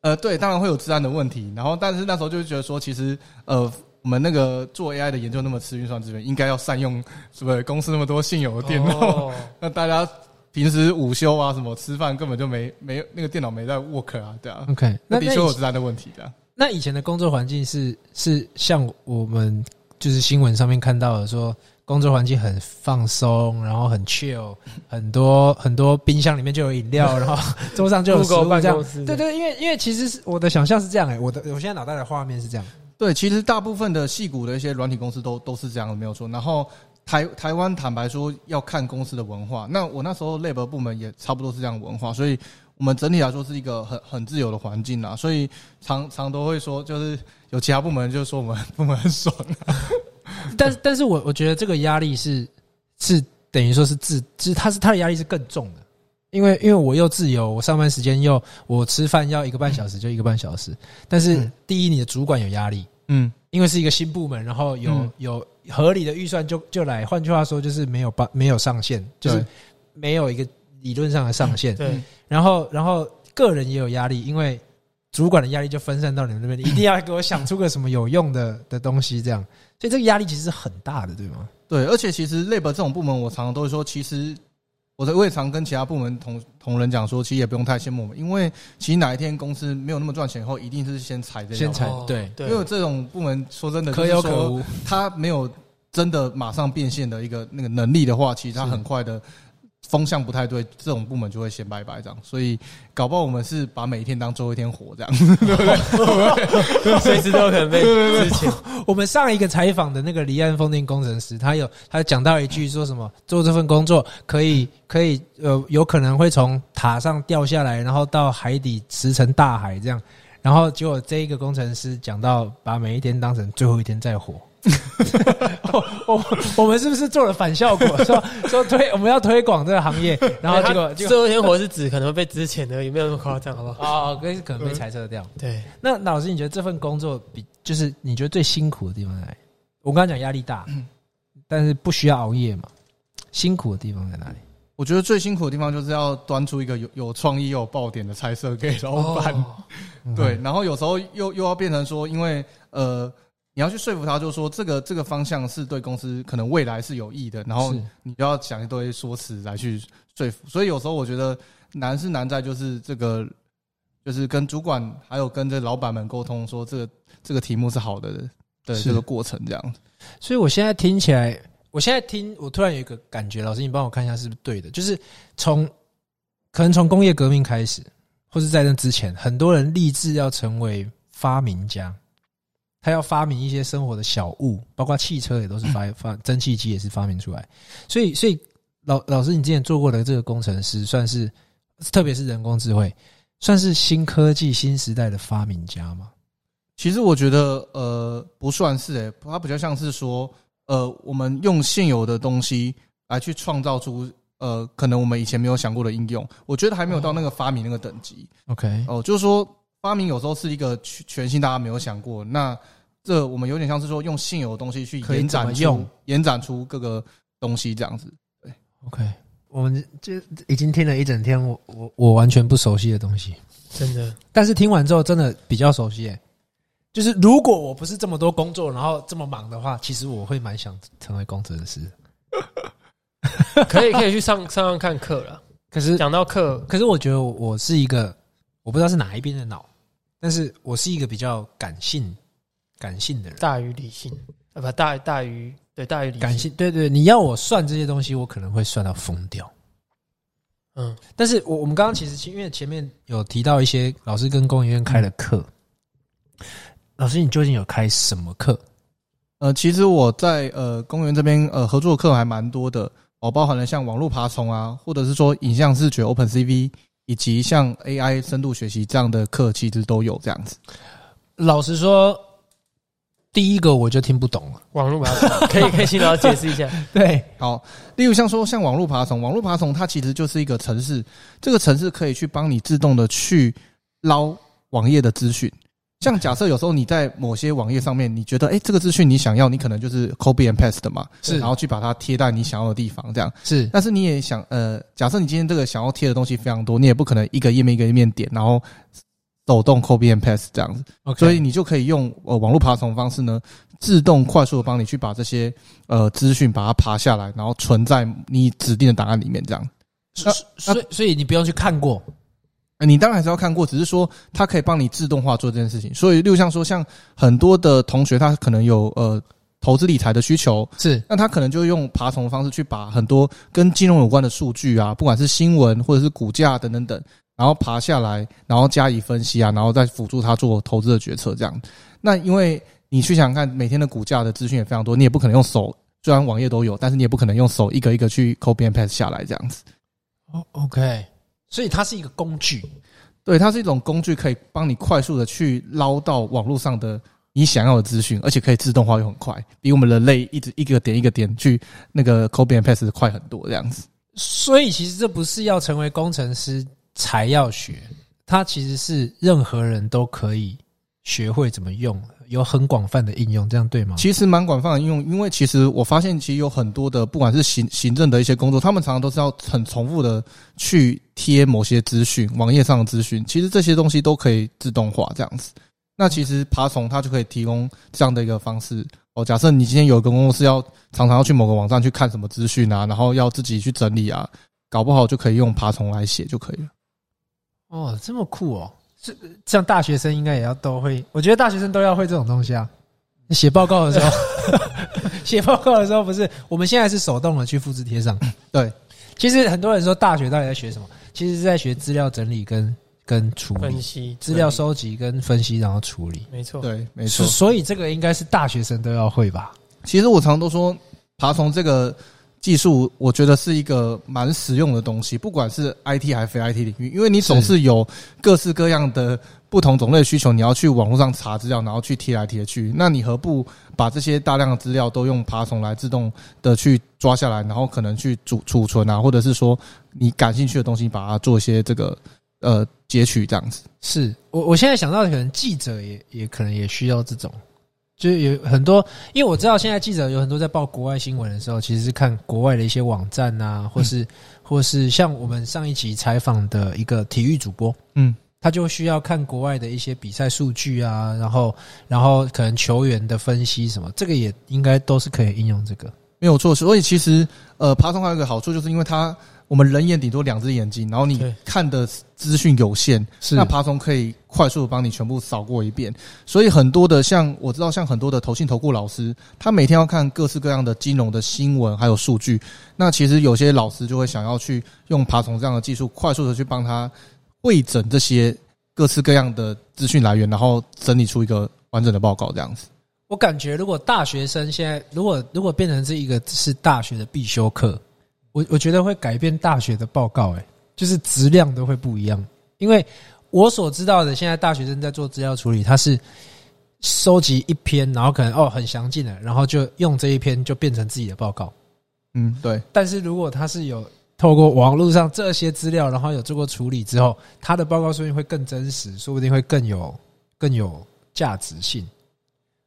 呃，对，当然会有治安的问题。然后，但是那时候就是觉得说，其实呃，我们那个做 AI 的研究那么吃运算资源，应该要善用是不是公司那么多现有的电脑？
哦
那大家平时午休啊，什么吃饭根本就没没那个电脑没在 work 啊，对啊，
OK，那嗯
那的
那
确有
以
治安的问题的。
那以前的工作环境是是像我们就是新闻上面看到的说。工作环境很放松，然后很 chill，很多很多冰箱里面就有饮料，然后 桌上就有食
，Google
物
办
这样
公。室，
对对，因为因为其实是我的想象是这样哎、我的我现在脑袋的画面是这样。
对，其实大部分的戏股的一些软体公司都都是这样的，没有错。然后台台湾坦白说要看公司的文化，那我那时候 lab 部门也差不多是这样的文化，所以我们整体来说是一个很很自由的环境啦。所以常常都会说，就是有其他部门就说我们 部门很爽、啊
但是，但是我我觉得这个压力是是等于说是自，其实他是他的压力是更重的，因为因为我又自由，我上班时间又我吃饭要一个半小时就一个半小时，但是
嗯
第一，你的主管有压力，
嗯，
因为是一个新部门，然后有、
嗯
有合理的预算就就来，换句话说就是没有办没有上限，就是
对
没有一个理论上的上限，
对
然后然后个人也有压力，因为主管的压力就分散到你们那边，你一定要给我想出个什么有用的 的东西，这样，所以这个压力其实是很大的，对吗？
对。而且其实 lab 这种部门，我常常都会说，其实我的我也常跟其他部门同同仁讲说，其实也不用太羡慕我们，因为其实哪一天公司没有那么赚钱以后，一定是先裁这些
先裁
哦
对
对，
因为这种部门说真的，
可有可，无，
他没有真的马上变现的一个那个能力的话，其实他
是
很快的风向不太对，这种部门就会先拜拜这样。所以搞不好我们是把每一天当最后一天活这样。
随时都有可能被之前
我们上一个采访的那个离岸风电工程师，他有他讲到一句说什么，做这份工作可以可以呃，有可能会从塔上掉下来，然后到海底石沉大海这样。然后结果这一个工程师讲到，把每一天当成最后一天在活。 我我我们是不是做了反效果？说说推我们要推广这个行业，然后结果
他
结
最
果
后一天活是指可能会被之前的，也没有那么夸张，好不好？
哦，可可能被裁撤掉。
对，
那老师，你觉得这份工作比就是你觉得最辛苦的地方在哪里？我刚刚讲压力大，但是不需要熬夜嘛？辛苦的地方在哪里？
我觉得最辛苦的地方就是要端出一个有有创意又有爆点的菜色给老板，
哦
嗯
对，然后有时候又又要变成说，因为呃，你要去说服他，就是说这个这个方向是对公司可能未来是有益的，然后
是
你就要想一堆说辞来去说服。所以有时候我觉得难是难在就是这个，就是跟主管还有跟这老板们沟通，说这个这个题目是好的的
是
这个过程这样。
所以我现在听起来，我现在听，我突然有一个感觉，老师，你帮我看一下是不是对的？就是从可能从工业革命开始，或是在那之前，很多人立志要成为发明家，他要发明一些生活的小物，包括汽车也都是发发，蒸汽机也是发明出来。所以，所以老老师，你之前做过的这个工程师，算是特别是人工智慧，算是新科技新时代的发明家吗？
其实我觉得，呃，不算是诶、它比较像是说，呃，我们用现有的东西来去创造出，呃，可能我们以前没有想过的应用。我觉得还没有到那个发明那个等级
OK，
哦、就是说发明有时候是一个全全新，大家没有想过。那这我们有点像是说用现有的东西去
可以
延
怎么
展出
用
延展出各个东西这样子。
OK，我们就已经听了一整天我，我我完全不熟悉的东西，
真的
但是听完之后真的比较熟悉耶。就是如果我不是这么多工作，然后这么忙的话，其实我会蛮想成为工程师。
可以可以去上上上看课了。
可是，
讲到课，
可是我觉得我我是一个，我不知道是哪一边的脑，但是我是一个比较感性、感性的人。
大于理性，啊不大大于对大于理
感性，对对，你要我算这些东西，我可能会算到疯掉。
嗯，
但是我我们刚刚其实因为前面有提到一些老师跟工研院开的课，老师你究竟有开什么课？
呃，其实我在呃公园这边呃合作的课还蛮多的哦，包含了像网络爬虫啊，或者是说影像视觉 OpenCV，以及像 AI 深度学习这样的课，其实都有这样子。
老实说，第一个我就听不懂了。
网络吧，可以可以请老师解释一下。
对，
好，例如像说像网络爬虫，网络爬虫它其实就是一个城市，这个城市可以去帮你自动的去捞网页的资讯。像假设有时候你在某些网页上面，你觉得哎、诶这个资讯你想要，你可能就是 copy and paste 的嘛，
是
然后去把它贴在你想要的地方这样。
是
但是你也想，呃，假设你今天这个想要贴的东西非常多，你也不可能一个页面一个页面点，然后手动 copy and paste 这样子，
，OK，
所以你就可以用呃网络爬虫方式呢，自动快速的帮你去把这些呃资讯把它爬下来，然后存在你指定的档案里面这样。
所呃所以所以你不用去看过，
呃你当然还是要看过，只是说它可以帮你自动化做这件事情。所以，例如像说，像很多的同学，他可能有呃投资理财的需求，
是
那他可能就用爬虫的方式去把很多跟金融有关的数据啊，不管是新闻或者是股价等等等，然后爬下来，然后加以分析啊，然后再辅助他做投资的决策这样。那因为你去想想看，每天的股价的资讯也非常多，你也不可能用手，虽然网页都有，但是你也不可能用手一个一个去 copy and paste 下来这样子。
哦 OK，所以它是一个工具。
对，它是一种工具，可以帮你快速的去捞到网络上的你想要的资讯，而且可以自动化又很快，比我们人类一直一个点一个点去那个 copy and paste 快很多这样子。
所以其实这不是要成为工程师才要学，它其实是任何人都可以学会怎么用，有很广泛的应用，这样对吗？
其实蛮广泛的应用，因为其实我发现，其实有很多的，不管是行行政的一些工作，他们常常都是要很重复的去贴某些资讯，网页上的资讯，其实这些东西都可以自动化这样子。那其实爬虫它就可以提供这样的一个方式哦。假设你今天有一个公司要常常要去某个网站去看什么资讯啊，然后要自己去整理啊，搞不好就可以用爬虫来写就可以了。
哦，这么酷哦！是像大学生应该也要都会，我觉得大学生都要会这种东西啊。写报告的时候， 写报告的时候不是我们现在是手动的去复制贴上。
对，
其实很多人说大学到底在学什么？其实是在学资料整理跟跟处
分
理，
析
资料，收集跟分析，然后处理。
没错，
对，没
所。
错
所以这个应该是大学生都要会吧？
其实我常都说，爬虫这个技术，我觉得是一个蛮实用的东西，不管是 IT 还是非 IT 领域，因为你总
是
是有各式各样的不同种类的需求，你要去网络上查资料，然后去贴来贴去，那你何不把这些大量的资料都用爬虫来自动的去抓下来，然后可能去储储存啊，或者是说你感兴趣的东西，把它做一些这个呃截取这样子。
是我我现在想到，可能记者也也可能也需要这种，就是有很多，因为我知道现在记者有很多在报国外新闻的时候，其实是看国外的一些网站
嗯
啊，或是、或是像我们上一集采访的一个体育主播，
嗯，
他就需要看国外的一些比赛数据啊，然后然后可能球员的分析什么，这个也应该都是可以应用这个。
没有错。所以其实呃，爬虫还有一个好处，就是因为它我们人眼顶多两只眼睛，然后你
对
看的资讯有限，
是
那爬虫可以快速地帮你全部扫过一遍。所以很多的像我知道，像很多的投信投顾老师，他每天要看各式各样的金融的新闻还有数据。那其实有些老师就会想要去用爬虫这样的技术，快速的去帮他会诊这些各式各样的资讯来源，然后整理出一个完整的报告这样子。
我感觉如果大学生现在如果如果变成是一个是大学的必修课，我我觉得会改变大学的报告、欸，就是质量都会不一样。因为我所知道的，现在大学生在做资料处理，他是收集一篇，然后可能哦很详尽的，然后就用这一篇就变成自己的报告。
嗯，对。
但是如果他是有透过网络上这些资料，然后有做过处理之后，他的报告说不定会更真实，说不定会更有更有价值性。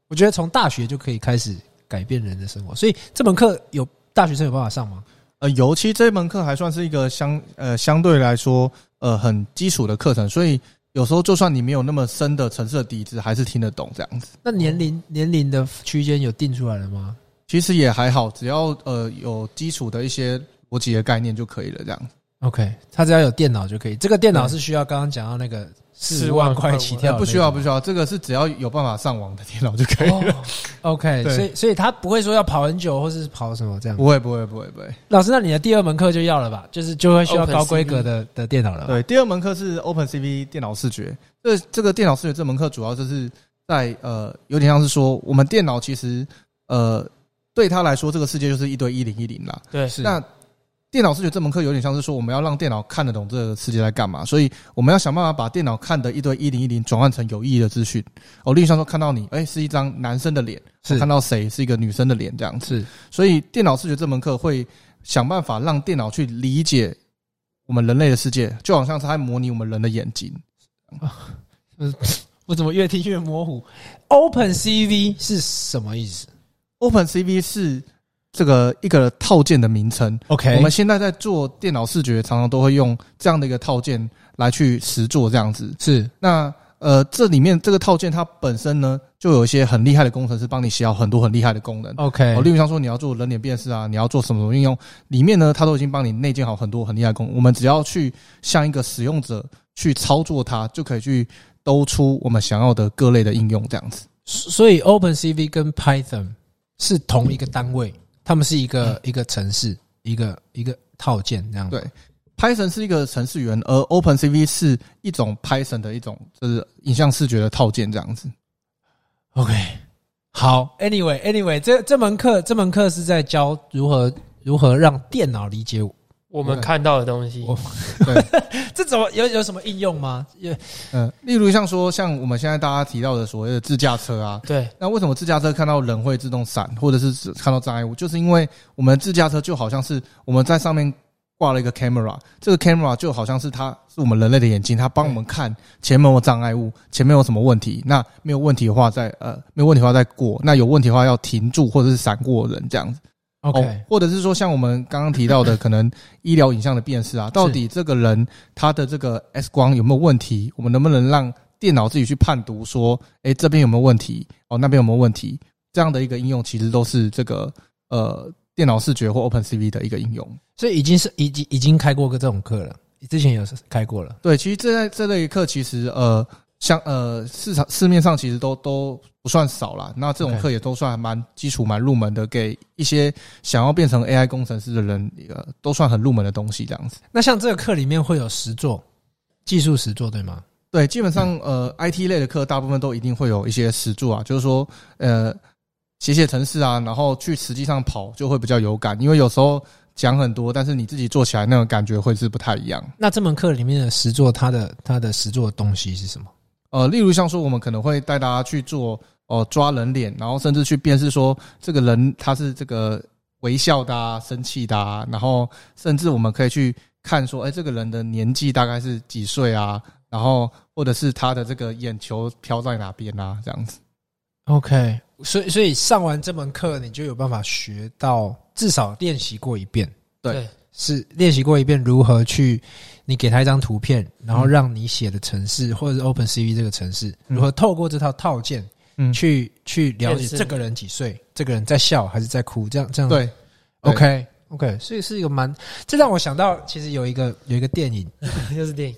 我觉得从大学就可以开始改变人的生活，所以这门课有大学生有办法上吗？
呃，尤其这门课还算是一个相呃相对来说呃很基础的课程，所以有时候就算你没有那么深的城市的底子，还是听得懂这样子。
那年龄年龄的区间有定出来了吗？
其实也还好，只要呃有基础的一些逻辑的概念就可以了。这样子，
OK，他只要有电脑就可以。这个电脑
对
是需要刚刚讲到那个四
4
万
万
块
块
起
起
跳
跳
的那种吗，
不需要不需要，这个是只要有办法上网的电脑就可以了。
哦 OK，
对
所以所以他不会说要跑很久，或是跑什么这样。
不会不会不会不会。
老师，那你的第二门课就要了吧？就是就会需要高规格的的电脑了吧。
对，第二门课是 OpenCV 电脑视觉。这这个电脑视觉这门课主要就是在呃，有点像是说，我们电脑其实呃，对它来说，这个世界就是一堆一零一零啦。
对，
是
那电脑视觉这门课有点像是说，我们要让电脑看得懂这个世界在干嘛，所以我们要想办法把电脑看的一堆一零一零转换成有意义的资讯。哦，例如像说看到你，哎、是一张男生的脸；
是
看到谁是一个女生的脸这样子。
是
所以电脑视觉这门课会想办法让电脑去理解我们人类的世界，就好像是它在模拟我们人的眼睛。
我怎么越听越模糊？Open CV 是什么意思
OpenCV 是这个一个套件的名称。
？OK，
我们现在在做电脑视觉，常常都会用这样的一个套件来去实做这样子。
是
那呃，这里面这个套件它本身呢，就有一些很厉害的工程师帮你写好很多很厉害的功能。
OK
哦，例如像说你要做人脸辨识啊，你要做什么什么应用，里面呢它都已经帮你内建好很多很厉害的功能，我们只要去像一个使用者去操作它，就可以去兜出我们想要的各类的应用这样子。
所以 Open CV 跟 Python 是同一个单位，他们是一个一个城市，一个一个套件这样。
嗯对 Python 是一个程序员，而 OpenCV 是一种 Python 的一种就是影像视觉的套件这样子。
OK，好，Anyway，Anyway，这这门课这门课是在教如何如何让电脑理解我。
我们看到的东西
我，这怎么有有什么应用吗？有
嗯、例如像说像我们现在大家提到的所谓的自驾车啊，
对，
那为什么自驾车看到人会自动闪，或者是看到障碍物？就是因为我们自驾车就好像是我们在上面挂了一个 camera，这个 camera 就好像是它是我们人类的眼睛，它帮我们看前面有障碍物，前面有什么问题。那没有问题的话再，呃没有问题的话再过；那有问题的话要停住或者是闪过人这样子。
OK，、
哦或者是说像我们刚刚提到的，可能医疗影像的辨识啊，到底这个人他的这个 X 光有没有问题？我们能不能让电脑自己去判读说，哎、这边有没有问题？哦，那边有没有问题？这样的一个应用其实都是这个呃电脑视觉或 OpenCV 的一个应用。
所以已经是已经已经开过个这种课了，之前有开过了。
对，其实这在这类课其实呃。像呃市场市面上其实都都不算少啦，那这种
OK
课也都算还蛮基础、蛮入门的，给一些想要变成 AI 工程师的人，呃，都算很入门的东西这样子。
那像这个课里面会有实作，技术实作对吗？
对，基本上呃，IT 类的课大部分都一定会有一些实作啊，就是说呃，写写程式啊，然后去实际上跑就会比较有感，因为有时候讲很多，但是你自己做起来那种感觉会是不太一样。
那这门课里面的实作，它的它的实作的东西是什么？
呃，例如像说我们可能会带大家去做哦、呃抓人脸，然后甚至去辨识说这个人他是这个微笑的、啊、生气的、啊，然后甚至我们可以去看说，哎，这个人的年纪大概是几岁啊，然后或者是他的这个眼球飘在哪边啊，这样子。
OK，所以所以上完这门课，你就有办法学到，至少练习过一遍，
对
是练习过一遍如何去，你给他一张图片，然后让你写的城市或者是 Open CV 这个城市，
嗯
如何透过这套套件
嗯，
去去了解
辨识
这个人几岁，这个人在笑还是在哭，这样这样
嗯对，
OK OK，所以是一个蛮，这让我想到其实有一个有一个电影
又是电影，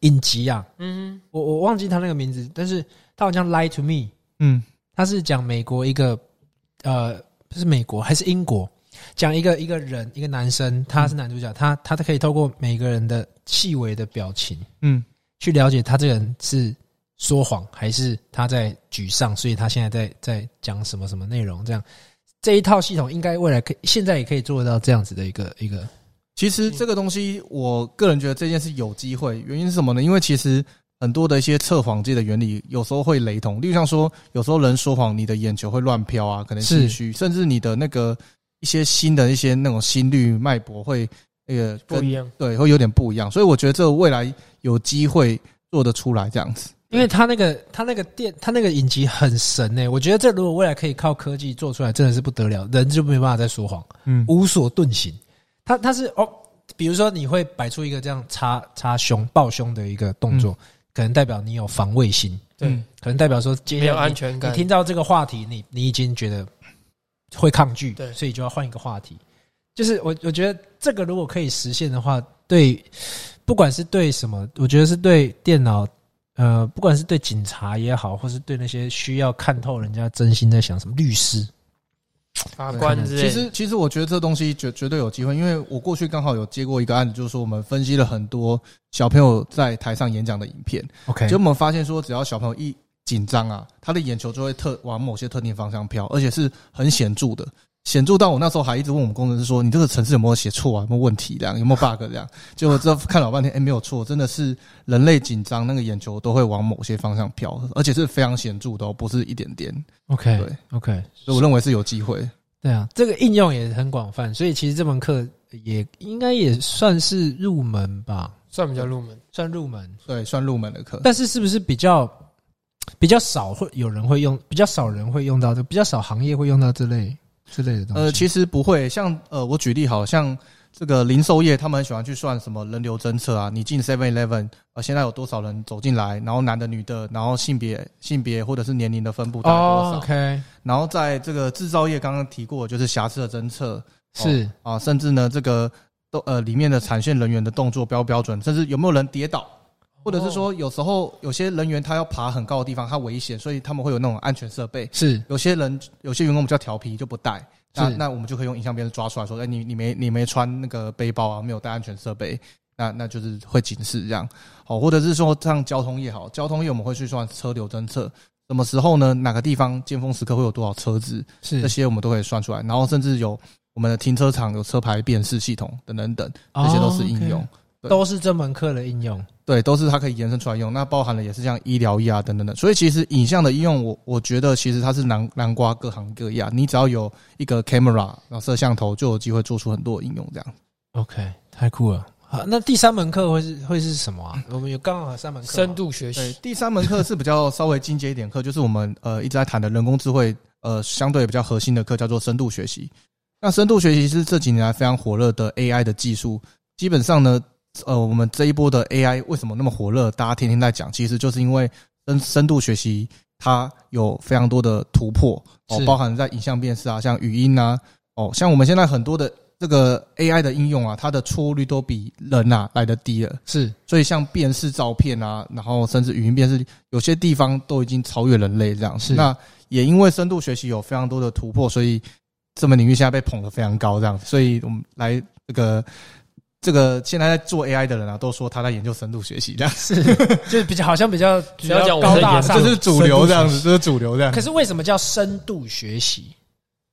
影集啊，
嗯，
我我忘记他那个名字，但是他好像《Lie to Me》，
嗯
他是讲美国一个呃，不是美国还是英国，讲一个一个人一个男生，他是男主角，他他可以透过每个人的细微的表情
嗯
去了解他这个人是说谎还是他在沮丧，所以他现在在在讲什么什么内容这样。这一套系统应该未来可以，现在也可以做到这样子的一个一个，
其实这个东西，我个人觉得这件事有机会，原因是什么呢？因为其实很多的一些测谎界的原理有时候会雷同，例如像说，有时候人说谎，你的眼球会乱飘啊，可能
是
心虚，甚至你的那个一些新的一些那种心率脉搏会那个
不
跟
一样，
对会有点不一样，所以我觉得这未来有机会做得出来这样子。
因为他那个他那个电他那个影集很神呢、我觉得这如果未来可以靠科技做出来，真的是不得了，人就没办法再说谎。
嗯
无所遁形。他他是哦，比如说你会摆出一个这样插插胸、抱胸的一个动
嗯
作，可能代表你有防卫心，
对
嗯，
可能代表说接
没
下
有啊
来
安
你
全
你
感，
听到这个话题，你你已经觉得会抗拒，
对
所以就要换一个话题。就是我我觉得这个如果可以实现的话，对，不管是对什么，我觉得是对电脑。呃，不管是对警察也好，或是对那些需要看透人家真心在想什么律师，
法官之类
其
的，
实，其实我觉得这东西绝绝对有机会，因为我过去刚好有接过一个案子，就是说我们分析了很多小朋友在台上演讲的影片，
，OK，
就
就
我们发现说，只要小朋友一紧张啊，他的眼球就会特往某些特定方向飘，而且是很显著的，显著到我那时候还一直问我们工程师说：“你这个程式有没有写错啊？有没有问题？这样有没有 bug？” 这样，结果这看老半天，哎、没有错，真的是人类紧张，那个眼球都会往某些方向飘，而且是非常显著的、哦，不是一点点。
OK
对
OK，
所以我认为是有机会。
对啊，这个应用也很广泛，所以其实这门课也应该也算是入门吧，
算比较入门，
算入门。
对，算入门的课。
但是是不是比较比较少会有人会用，比较少人会用到这，比较少行业会用到这类这类的东西。
呃，其
实
实不会，像呃，我举例好像这个零售业，他们很喜欢去算什么人流侦测啊，你进 Seven Eleven，呃，现在有多少人走进来，然后男的、女的，然后性别、性别或者是年龄的分布大概多
哦
少，
，OK，
然后在这个制造业刚刚提过，就是瑕疵的侦测
是
啊，甚至呢，这个都呃里面的产线人员的动作标不标准，甚至有没有人跌倒。或者是
哦
说，有时候有些人员他要爬很高的地方，他危险，所以他们会有那种安全设备。
是
有些人有些员工比较调皮就不带，那
是
那我们就可以用影像辨识抓出来说，哎、你你没你没穿那个背包啊，没有带安全设备，那那就是会警示这样。好，或者是说像交通业好，交通业我们会去算车流侦测，什么时候呢？哪个地方尖峰时刻会有多少车子？这
是
些我们都可以算出来，然后甚至有我们的停车场有车牌辨识系统等等等，
哦
这些都是应用。
OK 都是这门课的应用。
对，都是它可以延伸出来用。那包含了也是像医疗业啊等等的，所以其实影像的应用，我我觉得其实它是南南瓜各行各业啊。你只要有一个 camera，然后摄像头，就有机会做出很多的应用。这样，
OK，太酷了。好，那第三门课会是会是什么啊？我们有刚好有三门课嘛，
深度学
对
习，，
第三门课是比较稍微进阶一点课，就是我们呃一直在谈的人工智慧，呃相对比较核心的课叫做深度学习。那深度学习是这几年来非常火热的 AI 的技术，基本上呢，呃，我们这一波的 AI 为什么那么火热？大家天天在讲，其实就是因为深深度学习它有非常多的突破哦
是，
包含在影像辨识啊，像语音啊，哦，像我们现在很多的这个 AI 的应用啊，它的错误率都比人啊来的低了。
是
所以像辨识照片啊，然后甚至语音辨识，有些地方都已经超越人类这样。
是
那也因为深度学习有非常多的突破，所以这门领域现在被捧得非常高这样。所以我们来这个这个现在在做 AI 的人啊，都说他在研究深度学习这样，
是，就是比较好像比较比
不要
较
讲我
高
是
大
研 究
上，
这是主流这样
深度学
子，这是主流这样
习。可。是为什么叫深度学习？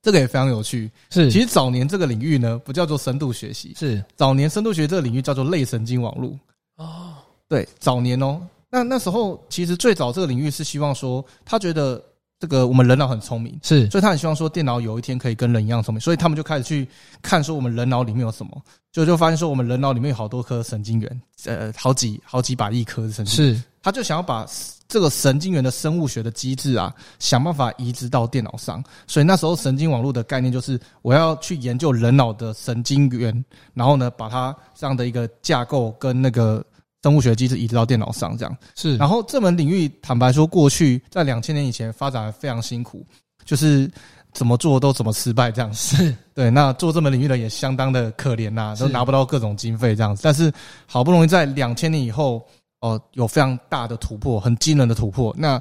这个也非常有趣。
是
其实早年这个领域呢，不叫做深度学习，
是
早年深度学这个领域叫做类神经网络。
哦，
对，早年哦，那那时候其实最早这个领域是希望说，他觉得这个我们人脑很聪明，
是
所以他很希望说电脑有一天可以跟人一样聪明，所以他们就开始去看说我们人脑里面有什么，就就发现说我们人脑里面有好多颗神经元，呃，好几好几百亿颗的神经元，
是
他就想要把这个神经元的生物学的机制啊，想办法移植到电脑上，所以那时候神经网络的概念就是我要去研究人脑的神经元，然后呢，把它这样的一个架构跟那个生物学机制移植到电脑上，这样。
是，
然后这门领域，坦白说，过去在两千年以前发展得非常辛苦，就是怎么做都怎么失败这样子。
是
对，那做这门领域的也相当的可怜呐、
是
都拿不到各种经费这样子。但是好不容易在两千年以后，哦、有非常大的突破，很惊人的突破。那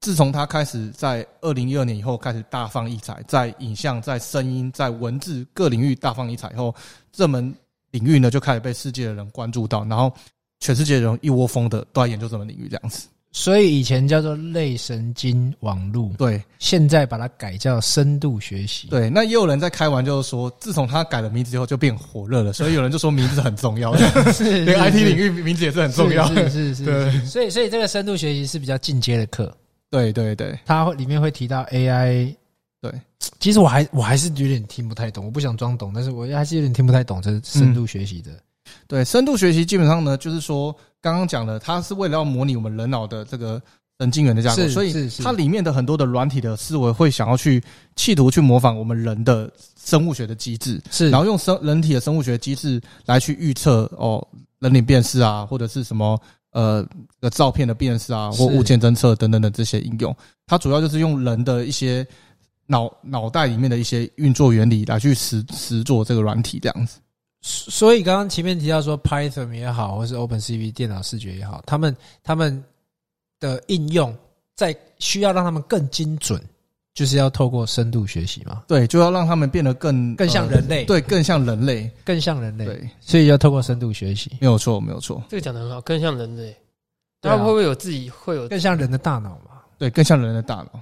自从他开始在二零一二年以后开始大放异彩，在影像、在声音、在文字各领域大放异彩以后，这门领域呢就开始被世界的人关注到，然后全世界的人一窝蜂的都在研究这门领域这样子。
所以以前叫做类神经网络，
对，
现在把它改叫深度学习。，
对，那也有人在开玩笑说，自从他改了名字之后就变火热了，所以有人就说名字很重要，
是
对 IT 领
域
域名字也是很重要。
是 是是。
对
是所以，所以这个深度学习是比较进阶的课，
对对对
它会里面会提到 AI。
对，
其实我还我还是有点听不太懂，我不想装懂，但是我还是有点听不太懂这深度学习的。
对，深度学习基本上呢，就是说刚刚讲的，它是为了要模拟我们人脑的这个神经元的架构，
是
所
是
以
是
它里面的很多的软体的思维会想要去企图去模仿我们人的生物学的机制，
是，
然后用生人体的生物学机制来去预测哦人脸辨识啊，或者是什么呃呃照片的辨识啊，
是
或物件侦测等等的这些应用，它主要就是用人的一些脑脑袋里面的一些运作原理来去实实做这个软体这样子。
所以刚刚前面提到说 Python 也好，或是 OpenCV 电脑视觉也好，他们他们的应用在需要让他们更精准，就是要透过深度学习嘛，
对，就要让他们变得更
更像
呃
人类，，
对，更像人类。
更像人类，
对，
所以要透过深度学习，
没有错，没有错。
这个讲的很好，更像人类。
对啊
他会不会有自己会有
更像人的大脑嘛。
对，更像人的大脑。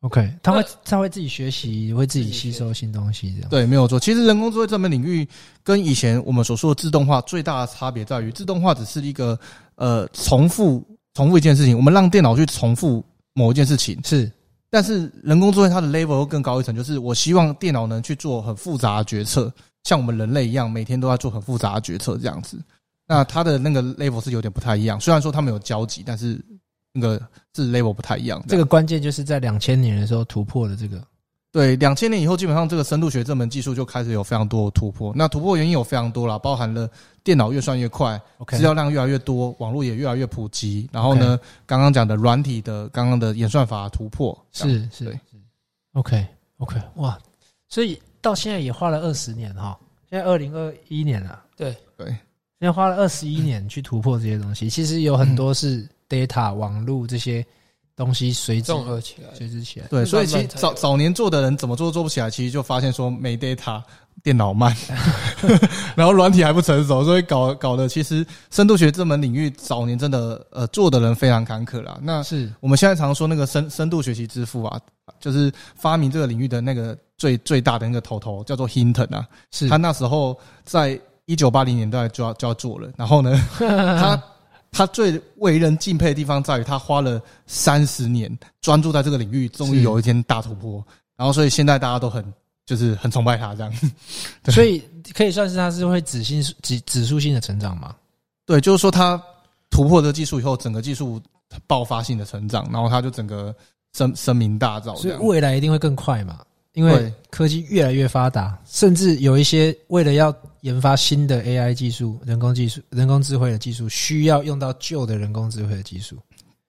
OK，他会
那
他会自己学习，会自己吸收新东西，这样
对，没有错。其实人工智慧这门领域跟以前我们所说的自动化最大的差别在于，自动化只是一个呃重复重复一件事情，我们让电脑去重复某一件事情，
是
但是人工智慧它的 level 会更高一层，就是我希望电脑能去做很复杂的决策，像我们人类一样，每天都要做很复杂的决策这样子。那它的那个 level 是有点不太一样，虽然说它们有交集，但是那个是 level 不太一样。
这个关键，就是在两千年的时候突破了这个。
对，两千年以后，基本上这个深度学这门技术就开始有非常多的突破。那突破原因有非常多啦，包含了电脑越算越快，
OK，
资料量越来越多，网络也越来越普及。然后呢，刚刚讲的软体的刚刚的演算法突破，这样
是是
对
OK OK，哇，所以到现在也花了二十年哈，现在二零二一年了，
对
对
现在花了二十一年去突破这些东西，其实有很多是 data 网络这些东西随之
综合起来？
随之起来，
对。所以其实
慢慢才有
早早年做的人怎么做都做不起来，其实就发现说没 data，电 脑慢，然后软体还不成熟，所以搞搞的其实深度学这门领域早年真的呃做的人非常坎坷啦。那
是
我们现在常说那个深深度学习之父啊，就是发明这个领域的那个最最大的那个头头叫做 Hinton 啊，
是
他那时候在一九八零年代就要就要做了，然后 呢，他他最为人敬佩的地方在于他花了三十年专注在这个领域，终
是
于有一天大突破，然后所以现在大家都很就是很崇拜他这样，对
所以可以算是它是会指性指指数性的成长嘛？
对，就是说他突破这个技术以后，整个技术爆发性的成长，然后他就整个声声名大噪这
所以
样，
未来一定会更快嘛，因为
对
科技越来越发达，甚至有一些为了要研发新的 AI 技术、人工技术、人工智慧的技术，需要用到旧的人工智慧的技术。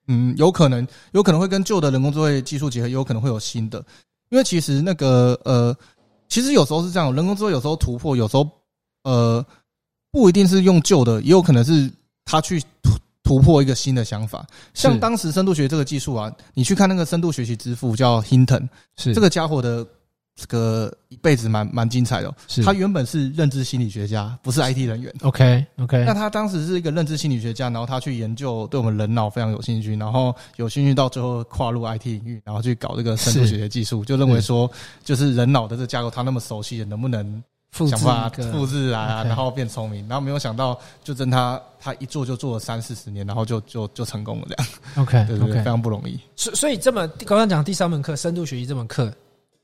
嗯，有可能，有可能会跟旧的人工智慧技术结合，也有可能会有新的。因为其实那个呃，其实有时候是这样，人工智慧有时候突破，有时候呃不一定是用旧的，也有可能是他去突突破一个新的想法。像
是
当时深度学这个技术啊，你去看那个深度学习之父叫 Hinton，
是
这个家伙的这个一辈子蛮蛮精彩的哦。
是
他原本是认知心理学家，不是 IT 人员。
OK OK
那他当时是一个认知心理学家，然后他去研究对我们人脑非常有兴趣，然后有兴趣到最后跨入 IT 领域，然后去搞这个深度
是
学习技术，就认为说就是人脑的这个架构他那么熟悉，能不能
复制
想办
一
法
个
复制啊，
OK
然后变聪明，然后没有想到就真他他一做就做了三四十年，然后就就就成功了这样，
OK
对对对，非
OK，
常不容易。
所所以这门刚刚讲第三门课深度学习这门课，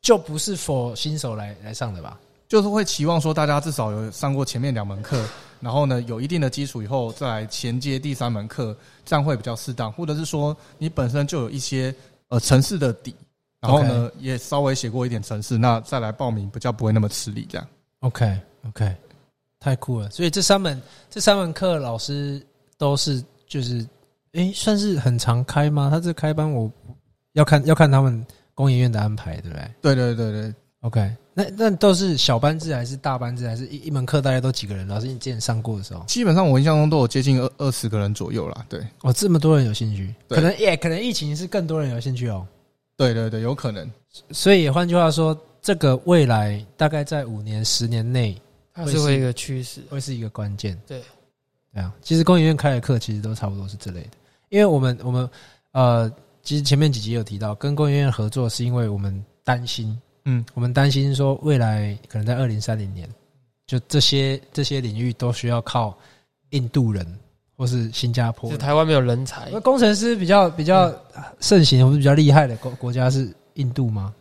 就不是 for 新手来来上的吧？
就是会期望说大家至少有上过前面两门课，然后呢有一定的基础以后再来衔接第三门课，这样会比较适当，或者是说你本身就有一些呃城市的底，然后呢也稍微写过一点城市，那再来报名比较不会那么吃力这样。
OK OK，太酷了！所以这三门这三门课老师都是就是，诶、算是很常开吗？他这开班我要看要看他们工研院的安排，对不对
对对对对，
？OK，那那都是小班制还是大班制，还是一一门课大概都几个人？老师你之前上过的时候，
基本上我印象中都有接近二二十个人左右啦。对
哦，这么多人有兴趣，
对
可能也、可能疫情是更多人有兴趣哦。
对对对，有可能。
所以换句话说，这个未来大概在五年、十年内
它是会一个趋势。
会是一个关键。
对，
对啊，其实工研院开的课其实都差不多是这类的，因为我们我们呃，其实前面几集有提到，跟工研院合作是因为我们担心，
嗯，
我们担心说未来可能在二零三零年，就这些这些领域都需要靠印度人或是新加坡
就
人。
台湾没有人才
那，工程师比较比较
嗯
盛行或者比较厉害的国国家是印度吗？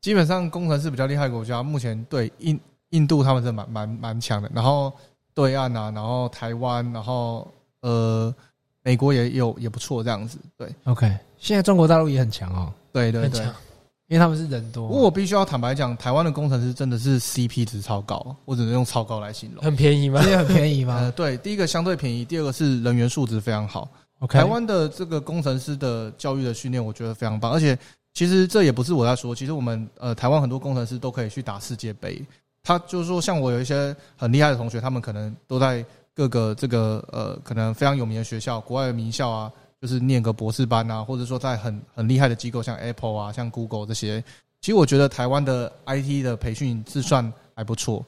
基本上工程师比较厉害的国家，目前对印印度他们是蛮蛮蛮强的，然后对岸啊，然后台湾，然后呃美国也有也不错这样子，对
OK，现在中国大陆也很强哦，
对对
很
对
强。。
因为他们是人多
不
嘛。
过我必须要坦白讲，台湾的工程师真的是 CP 值超高，我只能用超高来形容。
很便宜吗
这？些很便宜
呃，
吗
对，第一个相对便宜，第二个是人员素质非常好。
？OK，
台湾的这个工程师的教育的训练，我觉得非常棒，而且其实这也不是我在说，其实我们呃台湾很多工程师都可以去打世界杯。他就是说，像我有一些很厉害的同学，他们可能都在各个这个呃可能非常有名的学校、国外的名校啊，就是念个博士班啊，或者说在很很厉害的机构，像 Apple 啊、像 Google 这些。其实我觉得台湾的 IT 的培训是算还不错，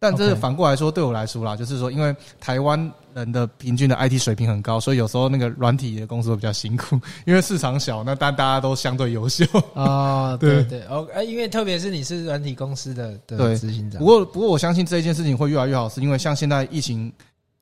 但这
OK
反过来说，对我来说啦，就是说，因为台湾人的平均的 IT 水平很高，所以有时候那个软体的公司会比较辛苦，因为市场小，那但大家都相对 优秀。
哦，对
对
对哦，哎，因为特别是你是软体公司的的
对
执行长，
不过，不过我相信这一件事情会越来越好，是因为像现在疫情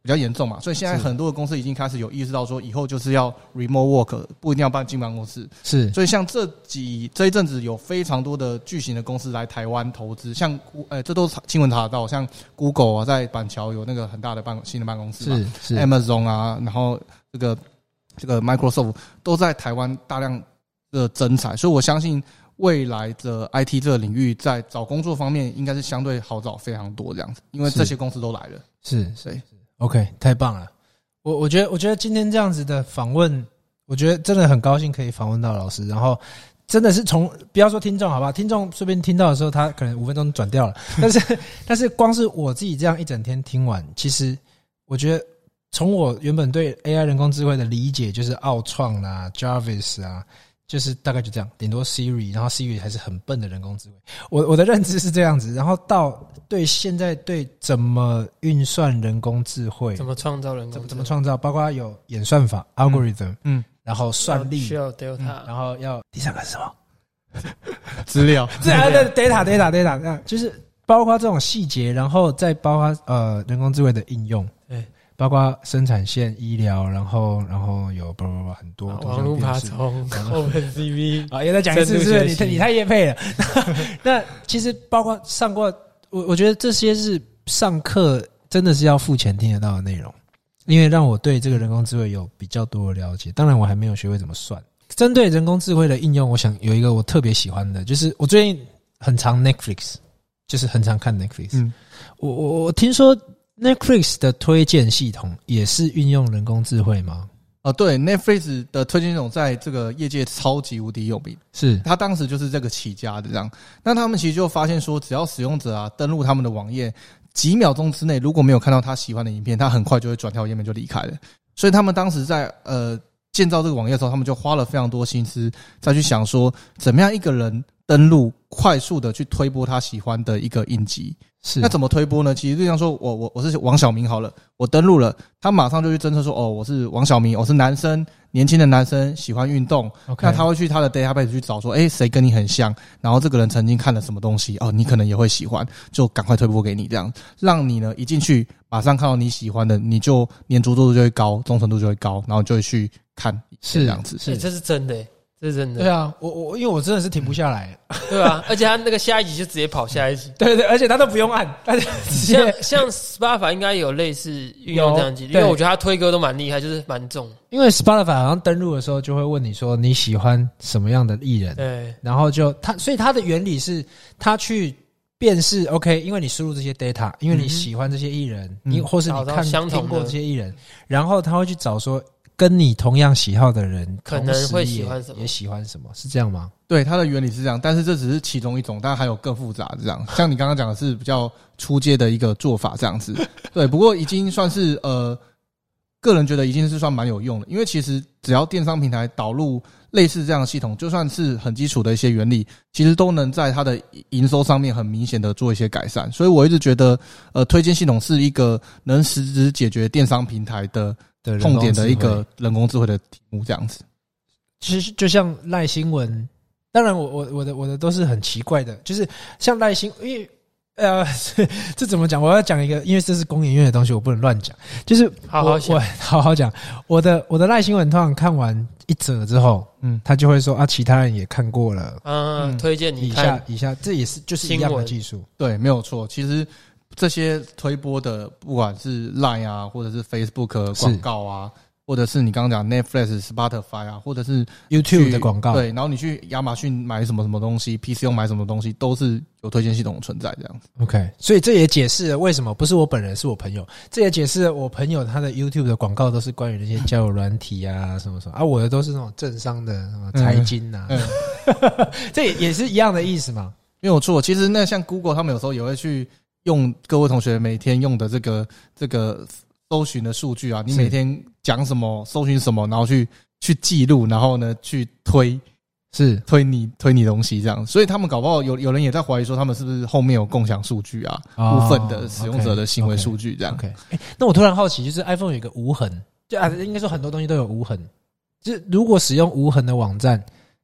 比较严重嘛，所以现在
是
很多的公司已经开始有意识到说，以后就是要 remote work，不一定要办进办公室。
是
所以像这几这一阵子有非常多的巨型的公司来台湾投资，像呃、这都是新闻查得到，像 Google 啊，在板桥有那个很大的办公新的办公室嘛，
是是
Amazon 啊，然后这个这个 Microsoft 都在台湾大量的增产，所以我相信未来的 IT 这个领域在找工作方面应该是相对好找非常多这样子，因为
是
这些公司都来了。
是
对
是，OK，太棒了。我我觉得我觉得今天这样子的访问，我觉得真的很高兴可以访问到老师，然后真的是从不要说听众好不好？听众顺便听到的时候，他可能五分钟转掉了，但是但是光是我自己这样一整天听完，其实我觉得从我原本对 AI 人工智慧的理解，就是奥创啦、Jarvis 啊，就是大概就这样，顶多 Siri，然后 Siri 还是很笨的人工智慧。我我的认知是这样子，然后到对现在对怎么运算人工智慧
怎。么创造人工智
怎么
能？
怎么创造，包括有演算法 algorithm，
嗯，
然后算力嗯
需，要
然
delta
后要第三个是什么？
资料
这啊， 对 data data data，那就是包括这种细节，然后再包括呃人工智慧的应用，
对，
包括生产线、医疗，然后然后有不不不很多多
网
项
络爬
辨识
虫 OpenCV
啊，也再讲一次，
深度
是不是
学
你
习
太你太业配 了？那其实包括上过，我我觉得这些是上课真的是要付钱听得到的内容，因为让我对这个人工智慧有比较多的了解。当然，我还没有学会怎么算。针对人工智慧的应用，我想有一个我特别喜欢的，就是我最近很常 Netflix，就是很常看 Netflix。
嗯
我我我听说 Netflix 的推荐系统也是运用人工智慧吗？
啊，对 Netflix 的推荐系统在这个业界超级无敌有名。
是
他当时就是这个起家的这样。那他们其实就发现说，只要使用者啊登录他们的网页，几秒钟之内如果没有看到他喜欢的影片，他很快就会转跳页面就离开了。所以他们当时在呃建造这个网页的时候，他们就花了非常多心思再去想说，怎么样一个人登录快速的去推播他喜欢的一个影集。
是，
那怎么推播呢？其实就像说我我我是王小明好了，我登录了，他马上就去侦测说哦，我是王小明，我是男生，年轻的男生喜欢运动，
OK，
那他会去他的 database 去找说，哎、谁跟你很像，然后这个人曾经看了什么东西，哦，你可能也会喜欢，就赶快推播给你，这样让你呢一进去马上看到你喜欢的，你就粘着度就会高，忠诚度就会高，然后就会去看
是
这样子。
欸这是真的欸，这是真
对
的，
啊，我我因为我真的是停不下 来，
对啊，而且他那个下一集就直接跑下一集，
对 对，而且他都不用按，大家直接
像像 Spotify 应该有类似运用这样的机制，
有
因为
对
我觉得他推歌都蛮厉害，就是蛮重。
因为 Spotify 好像登录的时候就会问你说你喜欢什么样的艺人，
对，
然后就它，所以它的原理是它去辨识 OK，因为你输入这些 data，因为你喜欢这些艺人，
嗯
你或是你
嗯找到
看
相同的
听过这些艺人，然后他会去找说跟你同样喜好的人，
可
同
能
时也
会喜欢什么
也喜欢什么，是这样吗？
对，它的原理是这样，但是这只是其中一种，当然还有更复杂的这样。像你刚刚讲的是比较出街的一个做法这样子，对。不过已经算是呃，个人觉得已经是算蛮有用的，因为其实只要电商平台导入类似这样的系统，就算是很基础的一些原理，其实都能在它的营收上面很明显的做一些改善。所以我一直觉得，呃，推荐系统是一个能实质解决电商平台的
的人工
痛点的一
智慧
个人工智慧的题目这样子。
其实就像赖新闻，当然我我我的我的都是很奇怪的，就是像赖新，因为呃， 这怎么讲？我要讲一个，因为这是公研院的东西，我不能乱讲。就是
好
我
好想
我好好讲，我的我的赖新闻通常看完一则之后，
嗯，
他就会说啊，其他人也看过了，
嗯，
嗯
推荐你
以
看
下以下，这也是就是一样
新
的
闻
技术。
对，没有错。其实这些推播的，不管是 Line 啊，或者是 Facebook
是
广告啊，或者是你刚刚讲 Netflix、Spotify 啊，或者是
YouTube
去
的广告，
对，然后你去亚马逊买什么什么东西，PC 用买什么东西，都是有推荐系统的存在这样子。
OK，所以这也解释了为什么不是我本人，是我朋友。这也解释了我朋友他的 YouTube 的广告都是关于那些交友软体啊什么什么啊，我的都是那种政商的什么财经啊，
嗯
这也也是一样的意思嘛。
没有错。其实那像 Google 他们有时候也会去用各位同学每天用的这个这个搜寻的数据啊，你
是
每天讲什么，搜寻什么，然后去去记录，然后呢去推
是
推你推你东西这样，所以他们搞不好有有人也在怀疑说他们是不是后面有共享数据啊，
哦
部分的使用者的行为
OK，OK，
数据这样。
OK，哎、那我突然好奇，就是 iPhone 有一个无痕，就啊，应该说很多东西都有无痕。就是如果使用无痕的网站，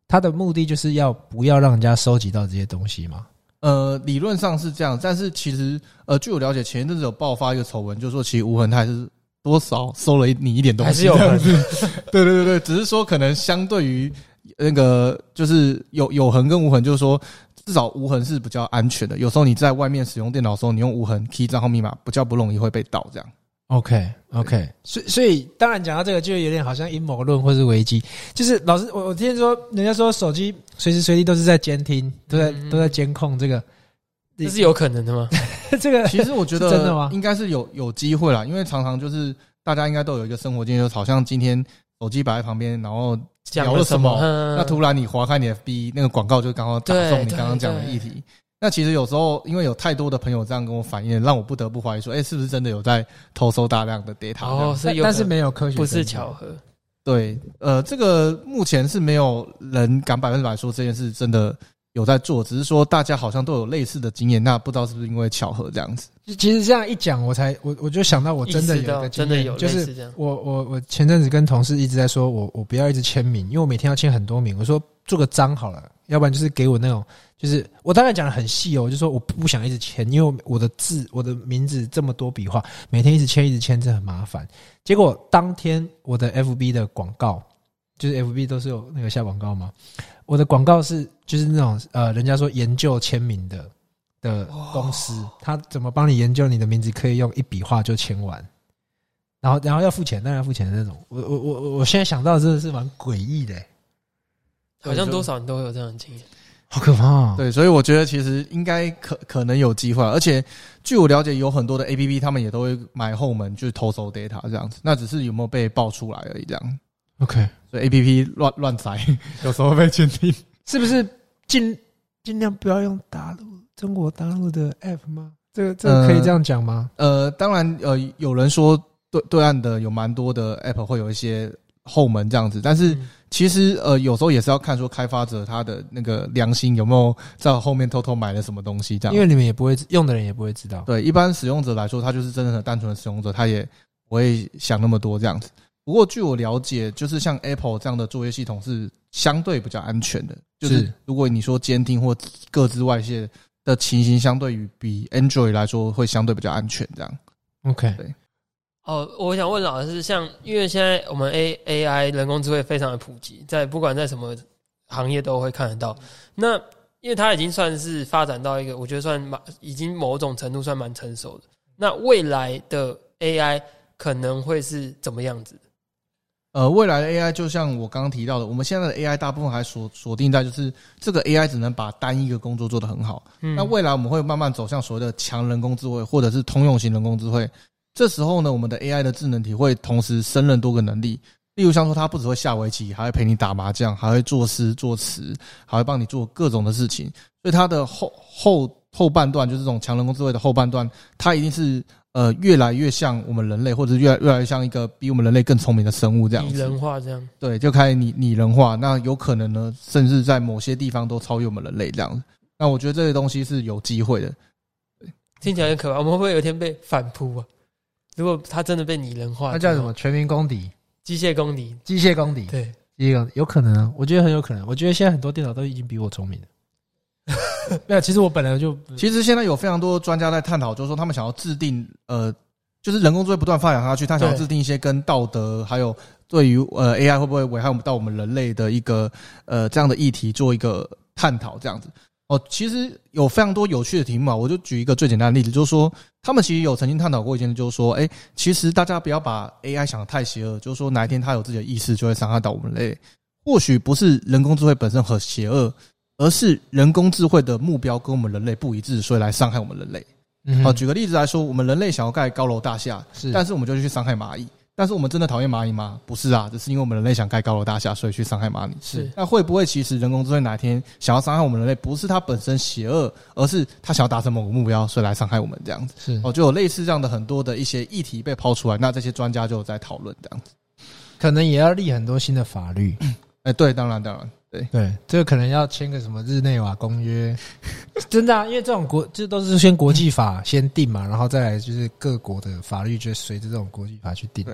它的目的就是要不要让人家收集到这些东西嘛？
呃，理论上是这样，但是其实呃，据我了解，前一阵子有爆发一个丑闻，就是说其实无痕他还是多少收了你一点东
还是
西
有
这样
人
子。对对对对，只是说可能相对于那个就是有有痕跟无痕，就是说至少无痕是比较安全的。有时候你在外面使用电脑的时候，你用无痕 key 账号密码，比较不容易会被盗这样。
OK OK，所以所以当然讲到这个，就有点好像阴谋论或是危机。就是老师，我我听说人家说手机随时随地都是在监听，都在、
嗯
都在监控这个
这是有可能的吗？
这 个
其实我觉得
是真的吗
应该是有有机会啦，因为常常就是大家应该都有一个生活经验，就是好像今天手机摆在旁边，然后
讲
聊了什么
嗯
那突然你划开你的 FB 那个广告就刚好打
对
中你刚刚讲的议题。那其实有时候因为有太多的朋友这样跟我反映，让我不得不怀疑说，哎、是不是真的有在偷收大量的 data？这样
哦，是
但
有可
但
能，
是没有科学，
不是巧。合，
对，呃，这个目前是没有人敢百分之百说这件事真的有在做，只是说大家好像都有类似的经验，那不知道是不是因为巧合这样子。
其实这样一讲，我才我我就想到我真的有
意
一
识到
个经
真
验
的有
就
类
是
似这样，
我我我前阵子跟同事一直在说，我我不要一直签名，因为我每天要签很多名。我说做个章好了，要不然就是给我那种，就是我当然讲的很细哦，我就说我不想一直签，因为我我的字我的名字这么多笔画，每天一直签一直签，这很麻烦。结果当天我的 FB 的广告，就是 FB 都是有那个下广告嘛，我的广告是就是那种呃，人家说研究签名的的公司，他怎么帮你研究你的名字可以用一笔画就签完，然后然后要付钱，当然要付钱的那种。我我我我我现在想到真的是蛮诡异的、
好像多少人都会有这样的经验。
好可怕、哦。
对，所以我觉得其实应该可可能有机会，啊而且据我了解，有很多的 A P P 他们也都会买后门去偷收 data 这样子，那只是有没有被爆出来而已这样。
，OK，
所以 A P P 乱乱载， 有时候被监听。
是不是尽尽量不要用大陆中国大陆的 app 吗？这个这个可以这样讲吗？
呃，当然，呃，有人说对对岸的有蛮多的 App 会有一些后门这样子，但是
嗯
其实呃，有时候也是要看说开发者他的那个良心有没有在后面偷偷买了什么东西这样。
因为你们也不会用的人也不会知道。
对一般使用者来说，他就是真正的单纯的使用者，他也不会想那么多这样子。不过据我了解，就是像 Apple 这样的作业系统是相对比较安全的，就是是如果你说监听或各自外泄的情形，相对于比 Android 来说会相对比较安全。这样，
OK，
哦，我想问老师，像因为现在我们 A A I 人工智慧非常的普及，在不管在什么行业都会看得到。
嗯
那因为它已经算是发展到一个，我觉得算蛮已经某种程度算蛮成熟的。那未来的 A I 可能会是怎么样子？
呃，未来的 AI 就像我刚刚提到的，我们现在的 AI 大部分还锁锁定在就是这个 AI 只能把单一个工作做得很好。
嗯
那未来我们会慢慢走向所谓的强人工智慧，或者是通用型人工智慧。这时候呢，我们的 AI 的智能体会同时胜任多个能力，例如像说它不只会下围棋，还会陪你打麻将，还会作诗作词，还会帮你做各种的事情。所以它的后后后半段就是这种强人工智慧的后半段，它一定是呃越来越像我们人类，或者是越来越来越像一个比我们人类更聪明的生物这样
拟
子。
人化这样，
对，就开始拟拟人化，那有可能呢，甚至在某些地方都超越我们人类这样子。那我觉得这个东西是有机会的。
听起来很可怕。我们会不会有一天被反扑啊？如果它真的被拟人化，
那叫什么？？全民公敌，
机械公敌。
机械公敌，
对，
机械公敌有可能啊，我觉得很有可能。我觉得现在很多电脑都已经比我聪明了。 没有，其实我本来就
其实现在有非常多专家在探讨，就是说他们想要制定呃，就是人工智慧不断发展下去，他想要
对
制定一些跟道德还有对于呃 AI 会不会危害我们到我们人类的一个呃这样的议题做一个探讨这样子。哦，其实有非常多有趣的题目啊，我就举一个最简单的例子，就是说他们其实有曾经探讨过一件事，就是说，哎、其实大家不要把 AI 想得太邪恶，就是说哪一天它有自己的意识，就会伤害到我们人类。或许不是人工智慧本身很邪恶，而是人工智慧的目标跟我们人类不一致，所以来伤害我们人类。
嗯
哦好，举个例子来说，我们人类想要盖高楼大厦，
是，
但是我们就去伤害蚂蚁。但是我们真的讨厌蚂蚁吗？不是啊，只是因为我们人类想盖高楼大厦，所以去伤害蚂蚁。
是
那会不会其实人工智慧哪一天想要伤害我们人类，不是它本身邪恶，而是它想要达成某个目标，所以来伤害我们这样子？
是
哦，就有类似这样的很多的一些议题被抛出来，那这些专家就有在讨论这样子。
可能也要立很多新的法律。
哎，对，当然当然，对，
对，这个可能要签个什么日内瓦公约， 真的、啊，因为这种国这都是先国际法先定嘛，然后再来就是各国的法律就随着这种国际法去定。
对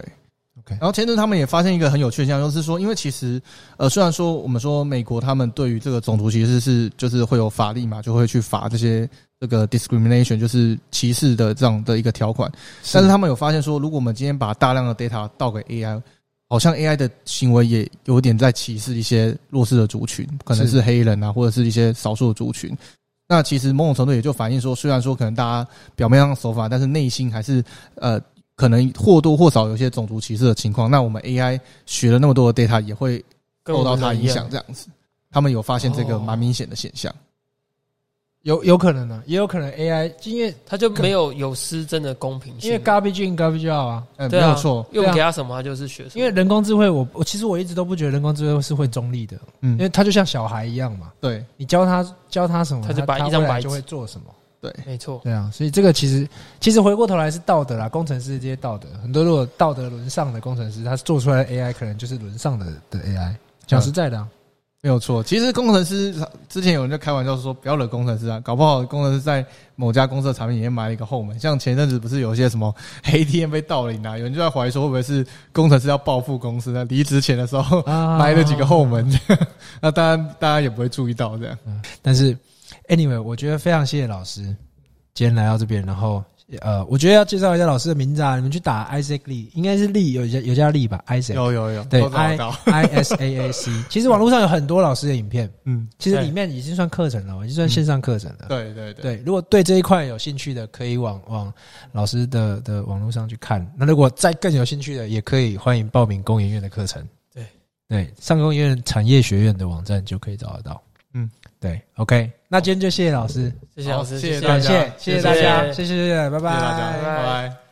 OK
然后前阵子他们也发现一个很有趣的现象，就是说，因为其实呃，虽然说我们说美国他们对于这个种族歧视是就是会有法律嘛，就会去罚这些这个 discrimination 就是歧视的这样的一个条款，但是他们有发现说，如果我们今天把大量的 data 倒给 AI，好像 AI 的行为也有点在歧视一些弱势的族群，可能
是
是黑人啊，或者是一些少数的族群。那其实某种程度也就反映说，虽然说可能大家表面上守法，但是内心还是呃，可能或多或少有一些种族歧视的情况。那我们 AI 学了那么多的 data，也会
跟
受
我
到
们
它
人一
影
样
响，这样子。他们有发现这个
哦
蛮明显的现象。
有有可能呢、啊也有可能 AI，因为
它就没有有失真的公平性。
因为 garbage in garbage out 啊，
嗯，没
对啊
有错。
用给他什么，他就是学什么。
因为人工智慧我，我其实我一直都不觉得人工智慧是会中立的，因
嗯，
为它就像小孩一样嘛，
对
你教他教他什么，
它就把
他
一张
未来
白纸
就会做什么。
对，
没错，
对啊，所以这个其实其实回过头来是道德啦，工程师这些道德，很多如果道德沦丧的工程师，他做出来的 AI 可能就是沦丧的的 AI。讲实在的、啊，
没有错。其实工程师之前有人就开玩笑说，不要惹工程师啊，搞不好工程师在某家公司的产品里面埋了一个后门。像前阵子不是有一些什么 黑天被盗领啊，有人就在怀疑说，会不会是工程师要报复公司呢？离职前的时候
嗯
啊
埋了几个后门， 那当然大家也不会注意到这样。
但是 anyway，我觉得非常谢谢老师今天来到这边，然后呃，我觉得要介绍一下老师的名字啊，你们去打 Isaac Lee，应该是 Lee 有叫有叫 Lee 吧，Isaac
有有有，
对哎
都找得到。
I S A A C。其实网络上有很多老师的影片，
嗯，
其实里面已经算课程了，已经算线上课程了。
对对对，
对，如果对这一块有兴趣的，可以往往老师的的网络上去看。那如果再更有兴趣的，也可以欢迎报名工研院的课程。
对
对，上工研院产业学院的网站就可以找得到。
嗯，
对，OK，那今天就谢谢老师，
谢谢老
好
师，
谢谢
感
大
谢
家
谢谢大家，谢谢，拜拜，
谢谢大家，拜拜。